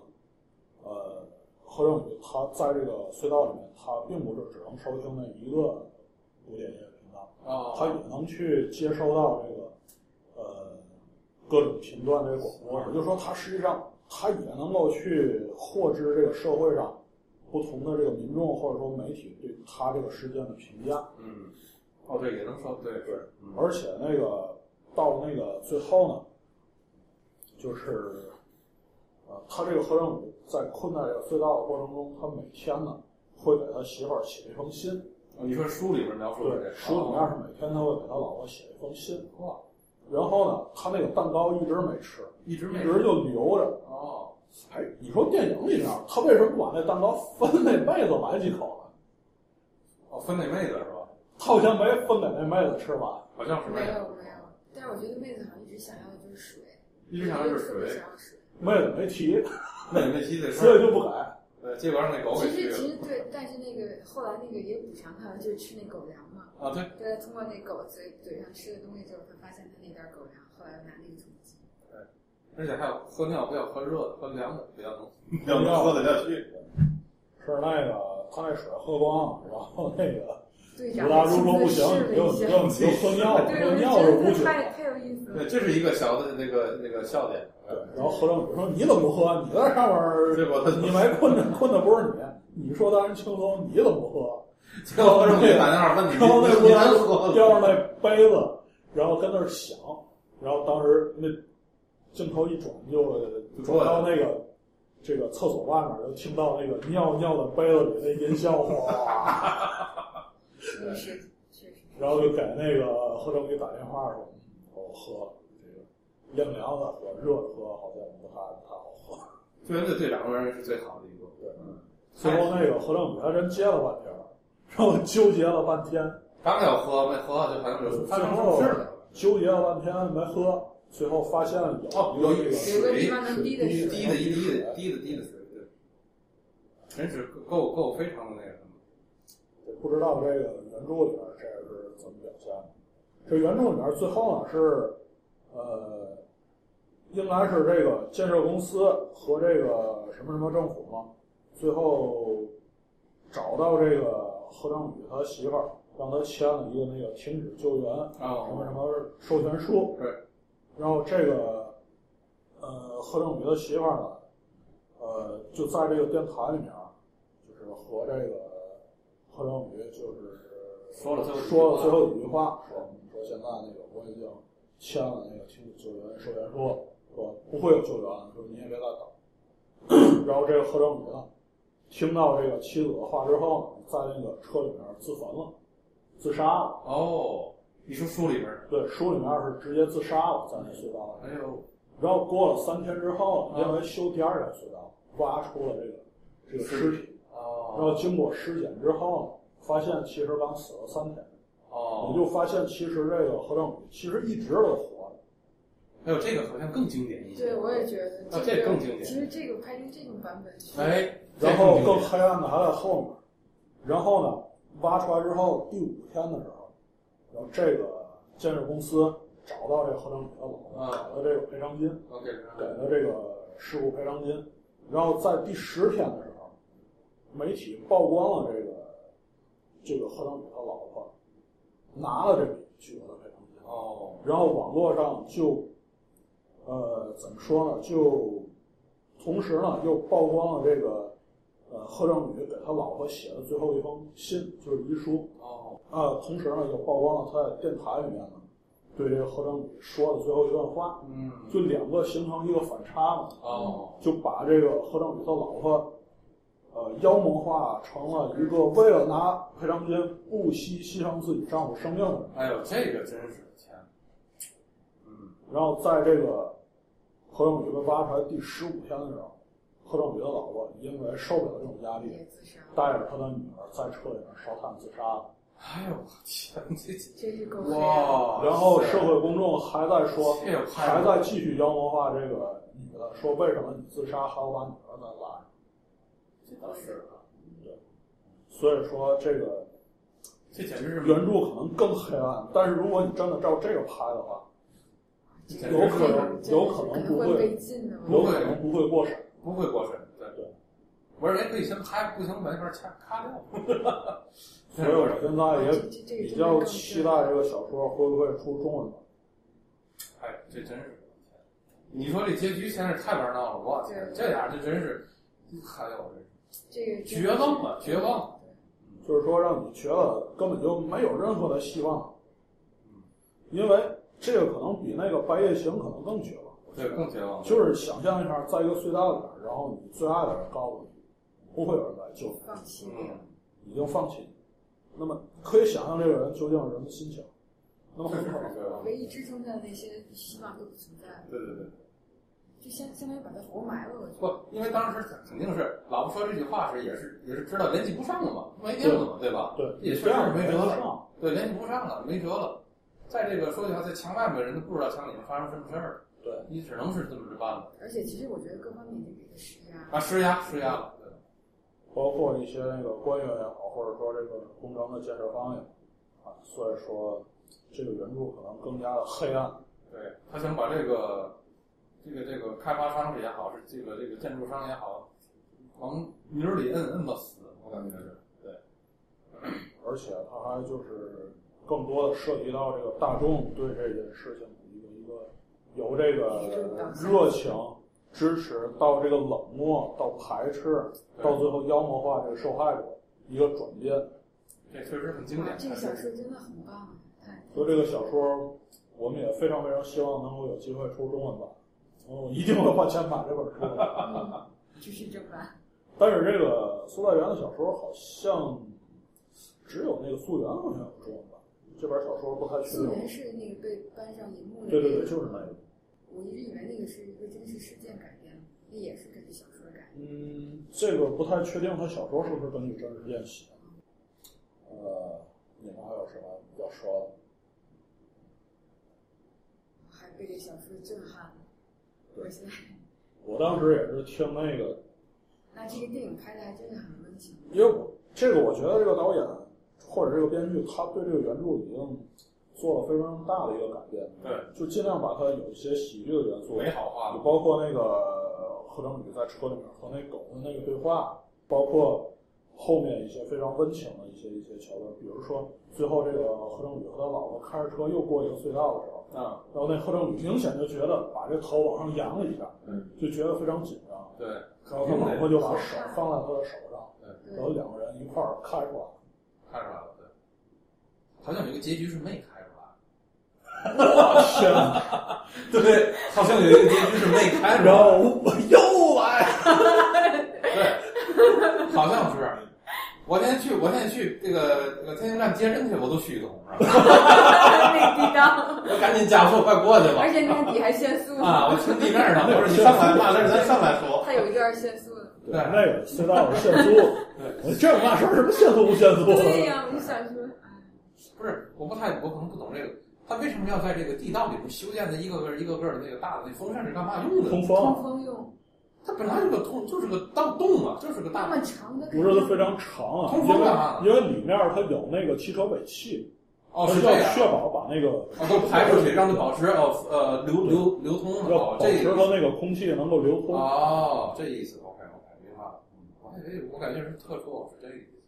[SPEAKER 3] 呃，贺正宇他在这个隧道里面，他并不是只能收听那一个古典音乐频道，
[SPEAKER 4] 哦，
[SPEAKER 3] 他也能去接收到这个呃各种频段这个广播，也就是说，他实际上他也能够去获知这个社会上不同的这个民众或者说媒体对他这个事件的评价。
[SPEAKER 4] 嗯，哦对，也能说对
[SPEAKER 3] 对，
[SPEAKER 4] 嗯
[SPEAKER 3] 而且那个到了那个最后呢，就是呃，他这个何正武在困在这个隧道的过程中，他每天呢会给他媳妇儿写一封信。
[SPEAKER 4] 哦你说书里边描述的这哦
[SPEAKER 3] 对，书里
[SPEAKER 4] 啊
[SPEAKER 3] 面是每天他会给他老婆写一封信。哇！然后呢，他那个蛋糕一直没吃，
[SPEAKER 4] 一直
[SPEAKER 3] 一
[SPEAKER 4] 没
[SPEAKER 3] 直就留着。
[SPEAKER 4] 哦，
[SPEAKER 3] 哎，你说电影里面他为什么不把那蛋糕分那妹子来几口呢？
[SPEAKER 4] 哦分那妹子是吧？
[SPEAKER 3] 他好像没分给那妹子吃吧？
[SPEAKER 4] 好像是那
[SPEAKER 5] 没
[SPEAKER 4] 样，
[SPEAKER 5] 有没有，但是我觉得妹子好像一直想要的就是水，
[SPEAKER 4] 一直想就是
[SPEAKER 5] 特别
[SPEAKER 4] 水，
[SPEAKER 5] 想要水。
[SPEAKER 3] 妹子没提，
[SPEAKER 4] 那那期得
[SPEAKER 3] 所以
[SPEAKER 4] 是，呃
[SPEAKER 3] 就 不给。
[SPEAKER 4] 对，结果让那狗
[SPEAKER 5] 其
[SPEAKER 4] 给去
[SPEAKER 5] 实
[SPEAKER 4] 了
[SPEAKER 5] 其实对，但是那个后来那个也补偿他，就是吃那狗粮嘛。
[SPEAKER 4] 啊，对，
[SPEAKER 5] 对他通过那狗嘴嘴上吃的东西之后，他发现他那点狗粮，后来拿那个桶挤。
[SPEAKER 4] 而且还有喝尿不要喝热的，喝凉的比较能，比
[SPEAKER 3] 较能喝
[SPEAKER 4] 得下去。
[SPEAKER 3] 是那个他那水喝光，然后那 个
[SPEAKER 5] 队
[SPEAKER 3] 五
[SPEAKER 5] 长
[SPEAKER 3] 大
[SPEAKER 5] 也
[SPEAKER 3] 叔
[SPEAKER 5] 亲
[SPEAKER 3] 说不
[SPEAKER 5] 自
[SPEAKER 3] 行，
[SPEAKER 5] 试
[SPEAKER 3] 你
[SPEAKER 5] 了
[SPEAKER 3] 就
[SPEAKER 5] 一
[SPEAKER 3] 你
[SPEAKER 5] 下
[SPEAKER 3] 就，你就喝尿吧，
[SPEAKER 5] 对，
[SPEAKER 3] 喝
[SPEAKER 5] 我
[SPEAKER 3] 尿是
[SPEAKER 5] 就
[SPEAKER 3] 无
[SPEAKER 5] 觉得
[SPEAKER 3] 菌。
[SPEAKER 5] 太太有意思了
[SPEAKER 4] 对，。这是一个小的那个那个笑点。
[SPEAKER 3] 对，然后何正宇说：“你怎么不喝？你在上面儿，
[SPEAKER 4] 结果他
[SPEAKER 3] 你 没困的，困的不是你。你说当然轻松，你怎么不喝？”
[SPEAKER 4] 结果让给打电话问你，
[SPEAKER 3] 然后那
[SPEAKER 4] 你你能喝
[SPEAKER 3] 不叼着那杯子，然后跟那儿响，然后当时那镜头一转就转到那个这个厕所外面，就听到那个尿尿的杯子里那音效，哗，
[SPEAKER 5] 嗯是确实。
[SPEAKER 3] 然后就给那个何正宇打电话说：“我喝了这个凉凉的喝，热的喝好像不太不太好喝。
[SPEAKER 4] 对对，队长仍然是最好的一个。”哎
[SPEAKER 3] 最后那个何正宇还真接了半天，然后纠结了半天，
[SPEAKER 4] 刚要喝没喝，就反正有发生什么事儿了。
[SPEAKER 3] 纠结了半天没喝，最后发现有
[SPEAKER 4] 哦，
[SPEAKER 3] 一
[SPEAKER 4] 有
[SPEAKER 3] 个
[SPEAKER 4] 一
[SPEAKER 3] 这
[SPEAKER 4] 个
[SPEAKER 3] 个
[SPEAKER 5] 有一个地方能滴的
[SPEAKER 3] 水
[SPEAKER 5] 水，
[SPEAKER 4] 滴的一滴的滴的滴的水，对，真是够够非常的那个什么。
[SPEAKER 3] 不知道这个原著里边这是怎么表现的。这原著里边最后呢是，呃，应该是这个建设公司和这个什么什么政府嘛，最后找到这个何正宇他媳妇儿，让他签了一个那个停止救援什么
[SPEAKER 4] 哦，
[SPEAKER 3] 什么授权书。
[SPEAKER 4] 对。
[SPEAKER 3] 然后这个，呃，贺正宇的媳妇儿呢，呃，就在这个电台里面啊，就是和这个贺正宇就是
[SPEAKER 4] 说了最后几句
[SPEAKER 3] 说了
[SPEAKER 4] 话
[SPEAKER 3] 最后几句话，说说现在那个我已经签了那个停止救援授权书，说不会有救援，说你也别再等。 然后这个贺正宇呢，听到这个妻子的话之后呢，在那个车里面自焚了，自杀了。
[SPEAKER 4] 哦，你说书里边儿，
[SPEAKER 3] 对，书里面是直接自杀了，在那隧道里。
[SPEAKER 4] 哎呦，
[SPEAKER 3] 然后过了三天之后，
[SPEAKER 4] 啊
[SPEAKER 3] 因为修第二条隧道，挖出了这个这个尸体，然后
[SPEAKER 4] 哦，
[SPEAKER 3] 经过尸检之后，发现其实刚死了三天，也
[SPEAKER 4] 哦，
[SPEAKER 3] 就发现其实这个何正宇其实一直都活着。
[SPEAKER 4] 还有哎这个好像更经典一些。
[SPEAKER 5] 对，我也觉得
[SPEAKER 4] 啊
[SPEAKER 5] 这
[SPEAKER 4] 这
[SPEAKER 5] 个
[SPEAKER 4] 更经典
[SPEAKER 5] 其实这个拍成这种版本，
[SPEAKER 4] 哎，
[SPEAKER 3] 然后更黑暗的还在后面。然后呢，挖出来之后，第五天的时候，然后这个建设公司找到这个何正宇的老婆，
[SPEAKER 4] 啊
[SPEAKER 3] 给了这个赔偿金。
[SPEAKER 4] ，OK，
[SPEAKER 3] 给了这个事故赔偿金。然后在第十天的时候，媒体曝光了这个这个何正宇他老婆拿了这笔巨额的赔偿金，
[SPEAKER 4] 哦，
[SPEAKER 3] 然后网络上就呃怎么说呢？就同时呢又曝光了这个呃贺正宇给他老婆写的最后一封信，就是遗书。
[SPEAKER 4] 哦，
[SPEAKER 3] 啊，同时呢又曝光了他在电台里面呢对这个贺正宇说的最后一段话，
[SPEAKER 4] 嗯，
[SPEAKER 3] 就两个形成一个反差嘛。
[SPEAKER 4] 哦，
[SPEAKER 3] 就把这个何正宇他老婆，呃，妖魔化成了一个为了拿赔偿金不惜牺牲自己丈夫生命的人。
[SPEAKER 4] 哎呦，这个真是天，嗯，
[SPEAKER 3] 然后在这个何正宇被挖出来第十五天的时候，何正宇的老婆因为受不了这种压力，
[SPEAKER 5] 也自杀，
[SPEAKER 3] 带着他的女儿在车里面烧炭自杀了。
[SPEAKER 4] 哎呦，我天，这这
[SPEAKER 5] 这是够黑暗。
[SPEAKER 4] 哇，
[SPEAKER 3] 然后社会公众还在说，
[SPEAKER 4] 这个拍
[SPEAKER 3] 还在继续妖魔化这个女的，说为什么你自杀还要把女儿再拉上？
[SPEAKER 4] 这倒是啊，
[SPEAKER 3] 所以说这个
[SPEAKER 4] 这简直是
[SPEAKER 3] 原著可能更黑暗，但是如果你真的照这个拍的话，
[SPEAKER 4] 简
[SPEAKER 3] 有
[SPEAKER 4] 直
[SPEAKER 3] 可
[SPEAKER 4] 是
[SPEAKER 3] 能有可能
[SPEAKER 5] 能
[SPEAKER 3] 不
[SPEAKER 5] 会
[SPEAKER 3] 会
[SPEAKER 5] 被禁的嘛。
[SPEAKER 3] 有可能不会过审。
[SPEAKER 4] 不会过审。对
[SPEAKER 3] 对，
[SPEAKER 4] 我认为可以先拍，不行把那边掐咔掉。
[SPEAKER 3] 所以我现在也
[SPEAKER 5] 这这这个
[SPEAKER 3] 比
[SPEAKER 5] 真的
[SPEAKER 3] 较
[SPEAKER 5] 更
[SPEAKER 3] 期待这个小说会不会出中文版。
[SPEAKER 4] 哎，这真是，你说这结局真是太玩闹了，我天，这俩就真是，哎呦，
[SPEAKER 5] 这个真的
[SPEAKER 4] 绝望了绝望了。
[SPEAKER 3] 就是说让你觉得根本就没有任何的希望，因为这个可能比那个《白夜行》可能更绝望。
[SPEAKER 4] 对，更绝望了。
[SPEAKER 3] 就是想象一下，在一个隧道里边，然后你最爱的人告诉你，不会有人来救你，
[SPEAKER 5] 放弃了。
[SPEAKER 4] 嗯，
[SPEAKER 3] 已经放弃你。那么可以想象这个人究竟是什么心情，那么
[SPEAKER 4] 确
[SPEAKER 3] 很
[SPEAKER 4] 实
[SPEAKER 3] 可
[SPEAKER 4] 是
[SPEAKER 3] 能
[SPEAKER 4] 绝望。
[SPEAKER 5] 唯一支撑他的那些希望都不存在了，
[SPEAKER 4] 对对对，
[SPEAKER 5] 就相相当于把他活埋了。我觉得
[SPEAKER 4] 不，因为当时肯定是老婆说这句话时，也是也是知道联系不上了嘛，没电了嘛，对吧？
[SPEAKER 3] 对，
[SPEAKER 4] 也确
[SPEAKER 3] 这
[SPEAKER 4] 实是
[SPEAKER 3] 样
[SPEAKER 4] 没辙了。
[SPEAKER 3] 上。
[SPEAKER 4] 对，联系不上了，没辙了。在这个说起来，在墙外面人都不知道墙里面发生什么事儿了，
[SPEAKER 3] 对，
[SPEAKER 4] 你只能是这么着办了。
[SPEAKER 5] 而且其实我觉得各方面都给他施压，
[SPEAKER 4] 啊，施压施压了，
[SPEAKER 3] 包括一些那个官员也好，或者说这个工程的建设方也好，啊，所以说这个原著可能更加的黑暗。
[SPEAKER 4] 对，对他想把这个这个这个开发商是也好，是这个这个建筑商也好，往泥儿里摁摁到死，我感觉是。
[SPEAKER 3] 而且它还就是更多的涉及到这个大众对这件事情的一个一个由这个热情、支持到这个冷漠、到排斥，到最后妖魔化这个受害者一个转变。
[SPEAKER 4] 这确实很经典。啊
[SPEAKER 5] 这个
[SPEAKER 4] 还是
[SPEAKER 5] 小说真的很棒，啊太
[SPEAKER 3] 所以这个小说，我们也非常非常希望能够有机会出中文版。我一定会花钱买这本书的。
[SPEAKER 5] 嗯，支持正 版。
[SPEAKER 3] 但是这个苏代元的小说好像只有那个溯源好像有中文版，这本小说不太确
[SPEAKER 5] 素
[SPEAKER 3] 定。
[SPEAKER 5] 媛是那个被搬上银幕的，
[SPEAKER 3] 对对对，就是那个。
[SPEAKER 5] 我一直以为那个是一个真实事件改编的，那也是根据小说改的。
[SPEAKER 3] 嗯，这个不太确定，他小说是不是根据真实事件写的？呃，你们还有什么要说的？
[SPEAKER 5] 还被这小说震撼了。
[SPEAKER 3] 对
[SPEAKER 5] 我现在，
[SPEAKER 3] 我当时也是听那个，
[SPEAKER 5] 那这个电影拍的还真是很温情。
[SPEAKER 3] 因为我这个我觉得这个导演或者这个编剧，他对这个原著已经做了非常大的一个改变，
[SPEAKER 4] 对
[SPEAKER 3] 就尽量把它有一些喜剧的元素，
[SPEAKER 4] 美好化
[SPEAKER 3] 就
[SPEAKER 4] 了。
[SPEAKER 3] 包括那个贺正宇在车里面和那狗的那个对话，包括后面一些非常温情的一些一些桥段，比如说最后这个贺正宇和他老婆开着车又过一个隧道的时候，
[SPEAKER 4] 嗯，
[SPEAKER 3] 然后那贺正宇明显就觉得把这头往上扬了一下，
[SPEAKER 4] 嗯，
[SPEAKER 3] 就觉得非常紧张，
[SPEAKER 4] 对，
[SPEAKER 3] 然后他老婆就把手放在他的手上，
[SPEAKER 5] 对
[SPEAKER 3] 然，后两个人一块儿开出来。
[SPEAKER 4] 看出来了，对。好像有一个结局是没开出来。嗯
[SPEAKER 3] 天哪！
[SPEAKER 4] 对，好像有一个结局是没开出来。
[SPEAKER 3] 然后我又来，
[SPEAKER 4] 对，好像是。我那天去，我那天去这个这个天津站接人去，我都虚动，是吧
[SPEAKER 5] 那个地道，
[SPEAKER 4] 我赶紧加速，快过去吧
[SPEAKER 5] 而！且那个底还限速
[SPEAKER 4] 啊，我听地面上，我说你上来嘛，那咱上来说。
[SPEAKER 5] 它有一段限速。
[SPEAKER 3] 对那个隧道限速，我这嘛事儿什么限速不限速？
[SPEAKER 5] 对呀、我就想说，
[SPEAKER 4] 不是，我不太，我可能不懂这个，他为什么要在这个地道里边修建的一个个一个个的那个大的那风扇是干嘛用的？
[SPEAKER 3] 通风。
[SPEAKER 5] 通风用
[SPEAKER 4] 它本来是个通，就是个道洞嘛，就是个
[SPEAKER 5] 那
[SPEAKER 4] 大
[SPEAKER 5] 么长的，
[SPEAKER 3] 不是它非常长啊，
[SPEAKER 4] 通
[SPEAKER 3] 因
[SPEAKER 4] 风
[SPEAKER 3] 为
[SPEAKER 4] 干嘛呢
[SPEAKER 3] 因为里面它有那个汽车尾气，
[SPEAKER 4] 哦，
[SPEAKER 3] 它
[SPEAKER 4] 是这
[SPEAKER 3] 要
[SPEAKER 4] 样，
[SPEAKER 3] 确保把那个
[SPEAKER 4] 哦，都排出去，让它保持哦呃流流流通
[SPEAKER 3] 要
[SPEAKER 4] 哦
[SPEAKER 3] 保，
[SPEAKER 4] 这
[SPEAKER 3] 持它那个空气能够流通。
[SPEAKER 4] 哦这意思，OK OK，明白了。嗯我还以为我感觉是特殊，哦是这个意思。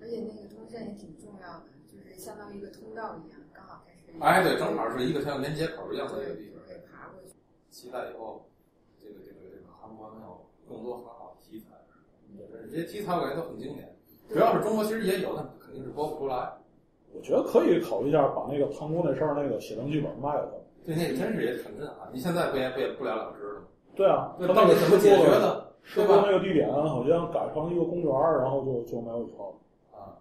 [SPEAKER 5] 而且那个通扇也挺重要的，就是相当于一个通道一样，刚好它是。
[SPEAKER 4] 哎，对，正好是一个像连接口一样的一个地
[SPEAKER 5] 对，
[SPEAKER 4] 方哎
[SPEAKER 5] 就。可以爬过去。
[SPEAKER 4] 期待以后这个这个这个韩国能有更多很好的题材，也是这些题材我感觉都很经典。只要是中国其实也有，但肯定是播不出来。
[SPEAKER 3] 我觉得可以考虑一下把那个汤姑那事儿那个写成剧本卖了它。
[SPEAKER 4] 对，那个真是也很震撼。你现在不也不也不了了之了吗？
[SPEAKER 3] 对啊，
[SPEAKER 4] 那
[SPEAKER 3] 它
[SPEAKER 4] 到
[SPEAKER 3] 那
[SPEAKER 4] 底
[SPEAKER 3] 个事
[SPEAKER 4] 怎么
[SPEAKER 3] 故
[SPEAKER 4] 解决的？
[SPEAKER 3] 事
[SPEAKER 4] 对
[SPEAKER 3] 故
[SPEAKER 4] 吧
[SPEAKER 3] 那个地点好像改成一个公园儿，然后就就没有以后了。
[SPEAKER 4] 啊，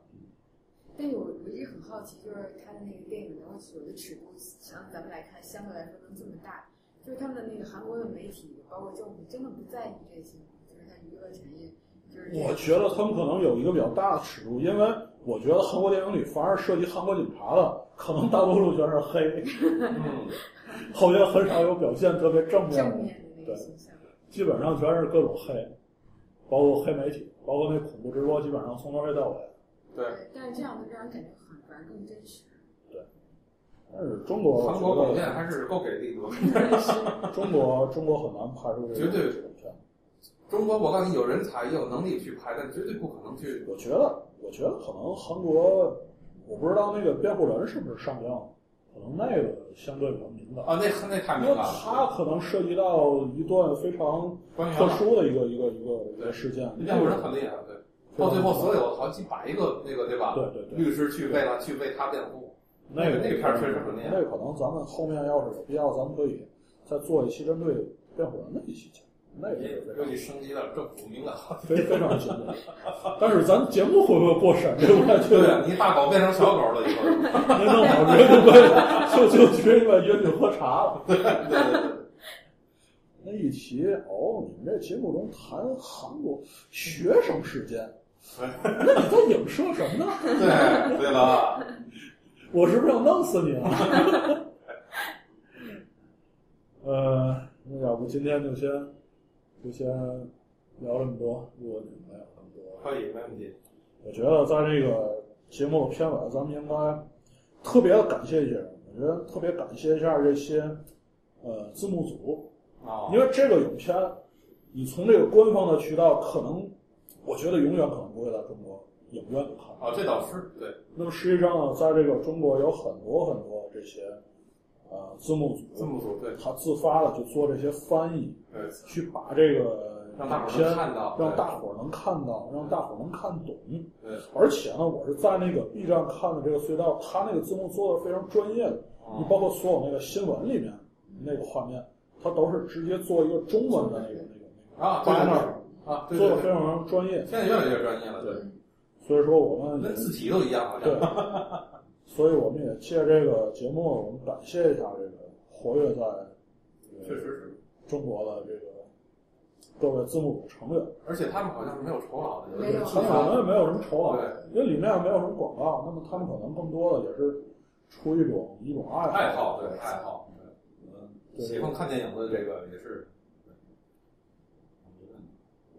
[SPEAKER 5] 但是我我一直很好奇，就是它的那个电影的话，有的尺度，像咱们来看，相对来说能这么大，就是他们的那个韩国的媒体，包括政府，真的不在意这些，就是它娱乐产业，就是这
[SPEAKER 3] 我觉得他们可能有一个比较大的尺度，因为我觉得韩国电影里凡是涉及韩国警察的，可能大多数全是黑，
[SPEAKER 4] 嗯，
[SPEAKER 3] 好像很少有表现特别正面的。
[SPEAKER 5] 正面的那个形象。
[SPEAKER 3] 基本上全是各种黑，包括黑媒体，包括那恐怖直播，基本上从头黑到尾。
[SPEAKER 4] 对对，
[SPEAKER 5] 但是这样会让人感觉很反而更真实。
[SPEAKER 3] 但是中国，
[SPEAKER 4] 韩国
[SPEAKER 3] 我
[SPEAKER 4] 广
[SPEAKER 3] 觉
[SPEAKER 4] 电还是够给力的。
[SPEAKER 3] 得中国中国很难拍出这
[SPEAKER 4] 绝
[SPEAKER 3] 种
[SPEAKER 4] 对
[SPEAKER 3] 这种片。
[SPEAKER 4] 中国，我告诉你，有人才，也有能力去拍，但绝对不可能去。
[SPEAKER 3] 我觉得，我觉得可能韩国，我不知道那个辩护人是不是上映，可能那个相对比较敏感，
[SPEAKER 4] 啊，那那太
[SPEAKER 3] 因
[SPEAKER 4] 敏
[SPEAKER 3] 为
[SPEAKER 4] 感
[SPEAKER 3] 它
[SPEAKER 4] 了。
[SPEAKER 3] 可能涉及到一段非常
[SPEAKER 4] 关于
[SPEAKER 3] 特殊的一个一个一个一个事件。
[SPEAKER 4] 那辩护人很厉害，对，到最后所有好几百个那个对吧？
[SPEAKER 3] 对对对，
[SPEAKER 4] 律师去为了去为他辩护，
[SPEAKER 3] 那
[SPEAKER 4] 那个片儿确实很厉害
[SPEAKER 3] 那个可能咱们后面要是有必要，咱们可以再做一期针对辩护人的一期节目，那个
[SPEAKER 4] 也
[SPEAKER 3] 是
[SPEAKER 4] 尤其升级了政府敏感。
[SPEAKER 3] 非常非非常经典。但是咱节目会不会过审？这我感觉
[SPEAKER 4] 对 啊，你大狗变成小狗了以后，
[SPEAKER 3] 您弄好这就被就就直接把约你喝茶了。
[SPEAKER 4] 对对对，
[SPEAKER 3] 那一期哦，你们这节目中谈韩国学生事件，
[SPEAKER 4] 哎
[SPEAKER 3] 那你在影射什么呢？
[SPEAKER 4] 对对了，
[SPEAKER 3] 我是不是要弄死你啊？呃，那要不今天就先就先聊这么多，如果你们没有那么多，
[SPEAKER 4] 可以没问题。
[SPEAKER 3] 我觉得在这个节目的片尾，咱们应该特别感谢一些人，我觉得特别感谢一下这些呃字幕组，
[SPEAKER 4] 啊，
[SPEAKER 3] 因为这个影片，你从这个官方的渠道，可能我觉得永远可能不会在中国影院里看到。
[SPEAKER 4] 啊，这倒是对，
[SPEAKER 3] 那么实际上呢，在这个中国有很多很多这些呃字幕
[SPEAKER 4] 字
[SPEAKER 3] 组，
[SPEAKER 4] 幕组对，
[SPEAKER 3] 他自发的去做这些翻译，
[SPEAKER 4] 对，
[SPEAKER 3] 去把这个
[SPEAKER 4] 让大伙
[SPEAKER 3] 影
[SPEAKER 4] 儿能
[SPEAKER 3] 片
[SPEAKER 4] 看到，
[SPEAKER 3] 让大伙儿能看到，让大伙儿能看懂。
[SPEAKER 4] 对，
[SPEAKER 3] 而且呢，我是在那个 B 站看的这个隧道，它那个字幕做的非常专业的，
[SPEAKER 4] 哦
[SPEAKER 3] 你包括所有那个新闻里面
[SPEAKER 4] 嗯
[SPEAKER 3] 那个画面，它都是直接做一个中文的那个那个
[SPEAKER 4] 啊，对
[SPEAKER 3] 那
[SPEAKER 4] 对
[SPEAKER 3] 儿，
[SPEAKER 4] 对啊，对
[SPEAKER 3] 做
[SPEAKER 4] 对
[SPEAKER 3] 的
[SPEAKER 4] 对
[SPEAKER 3] 非，常专业。
[SPEAKER 4] 现在越来越专业了，对，
[SPEAKER 3] 所以说我们也
[SPEAKER 4] 跟字体都一样，好像
[SPEAKER 3] 对，所以我们也借这个节目，我们感谢一下这个活跃在这
[SPEAKER 4] 确
[SPEAKER 3] 个
[SPEAKER 4] 实是，
[SPEAKER 3] 中国的这个各位字幕组成员，
[SPEAKER 4] 而且他们好像是没有酬劳的，
[SPEAKER 5] 没有
[SPEAKER 3] 他们可能也没有什么酬劳
[SPEAKER 4] 对，
[SPEAKER 3] 因为里面也没有什么广告，那么他们可能更多的也是出一种一种爱嗯
[SPEAKER 4] 爱好，对爱好，对
[SPEAKER 3] 对
[SPEAKER 4] 喜欢看电影的这个也是。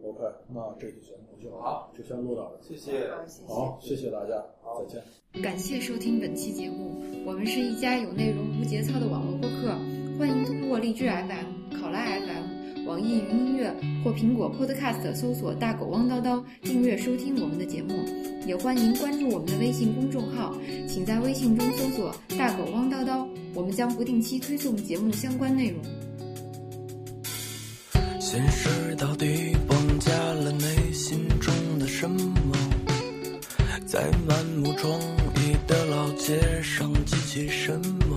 [SPEAKER 3] OK，那这期节目就
[SPEAKER 4] 好，
[SPEAKER 3] 就先录到这
[SPEAKER 4] 谢谢，
[SPEAKER 5] 好，谢
[SPEAKER 3] 儿。
[SPEAKER 5] 谢。
[SPEAKER 3] 好，谢谢大家，再见。
[SPEAKER 6] 感谢收听本期节目，我们是一家有内容无节操的网络播客，欢迎通过荔枝 FM、考拉 FM、网易云音乐或苹果 Podcast 搜索“大狗汪叨叨”订阅收听我们的节目，也欢迎关注我们的微信公众号，请在微信中搜索“大狗汪叨叨”，我们将不定期推送节目相关内容。
[SPEAKER 7] 现实到底绑架了内心中的什么？在漫无创意的老街上记起什么？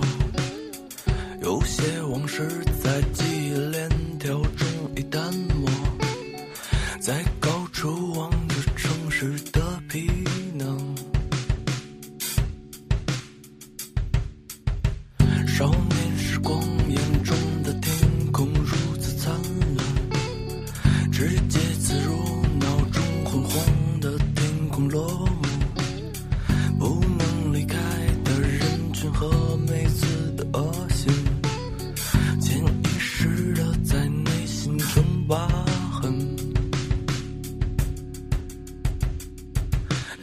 [SPEAKER 7] 有些往事在记忆链条中已淡漠，在高处望着城市的皮囊。少年时光眼中的天空如此灿烂，直接刺入脑中昏黄的天空落幕，不能离开的人群和每次的恶心，潜意识的在内心中疤痕。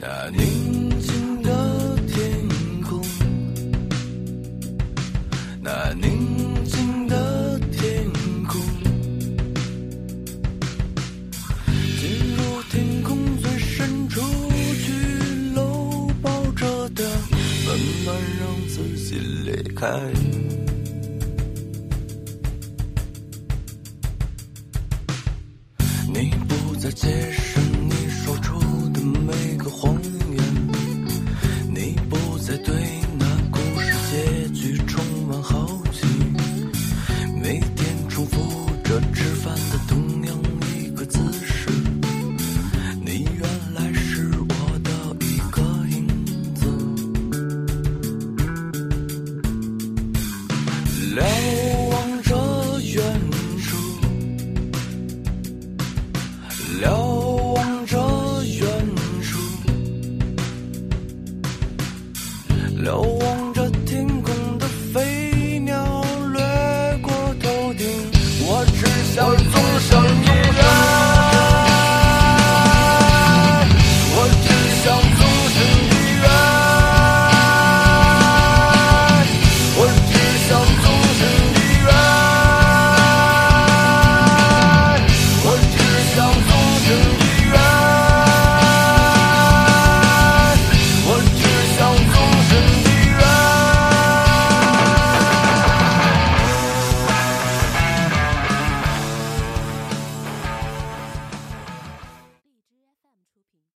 [SPEAKER 7] 那宁静的天空。那宁静的天空，进入天空最深处去搂抱着的，慢慢让自己离开。你不再解释你说出的每个谎言。你不再对那故事结局充满好奇，每天重复着吃饭的同样一个姿势。你原来是我的一个影子。瞭望着远处，瞭望着远处。瞭望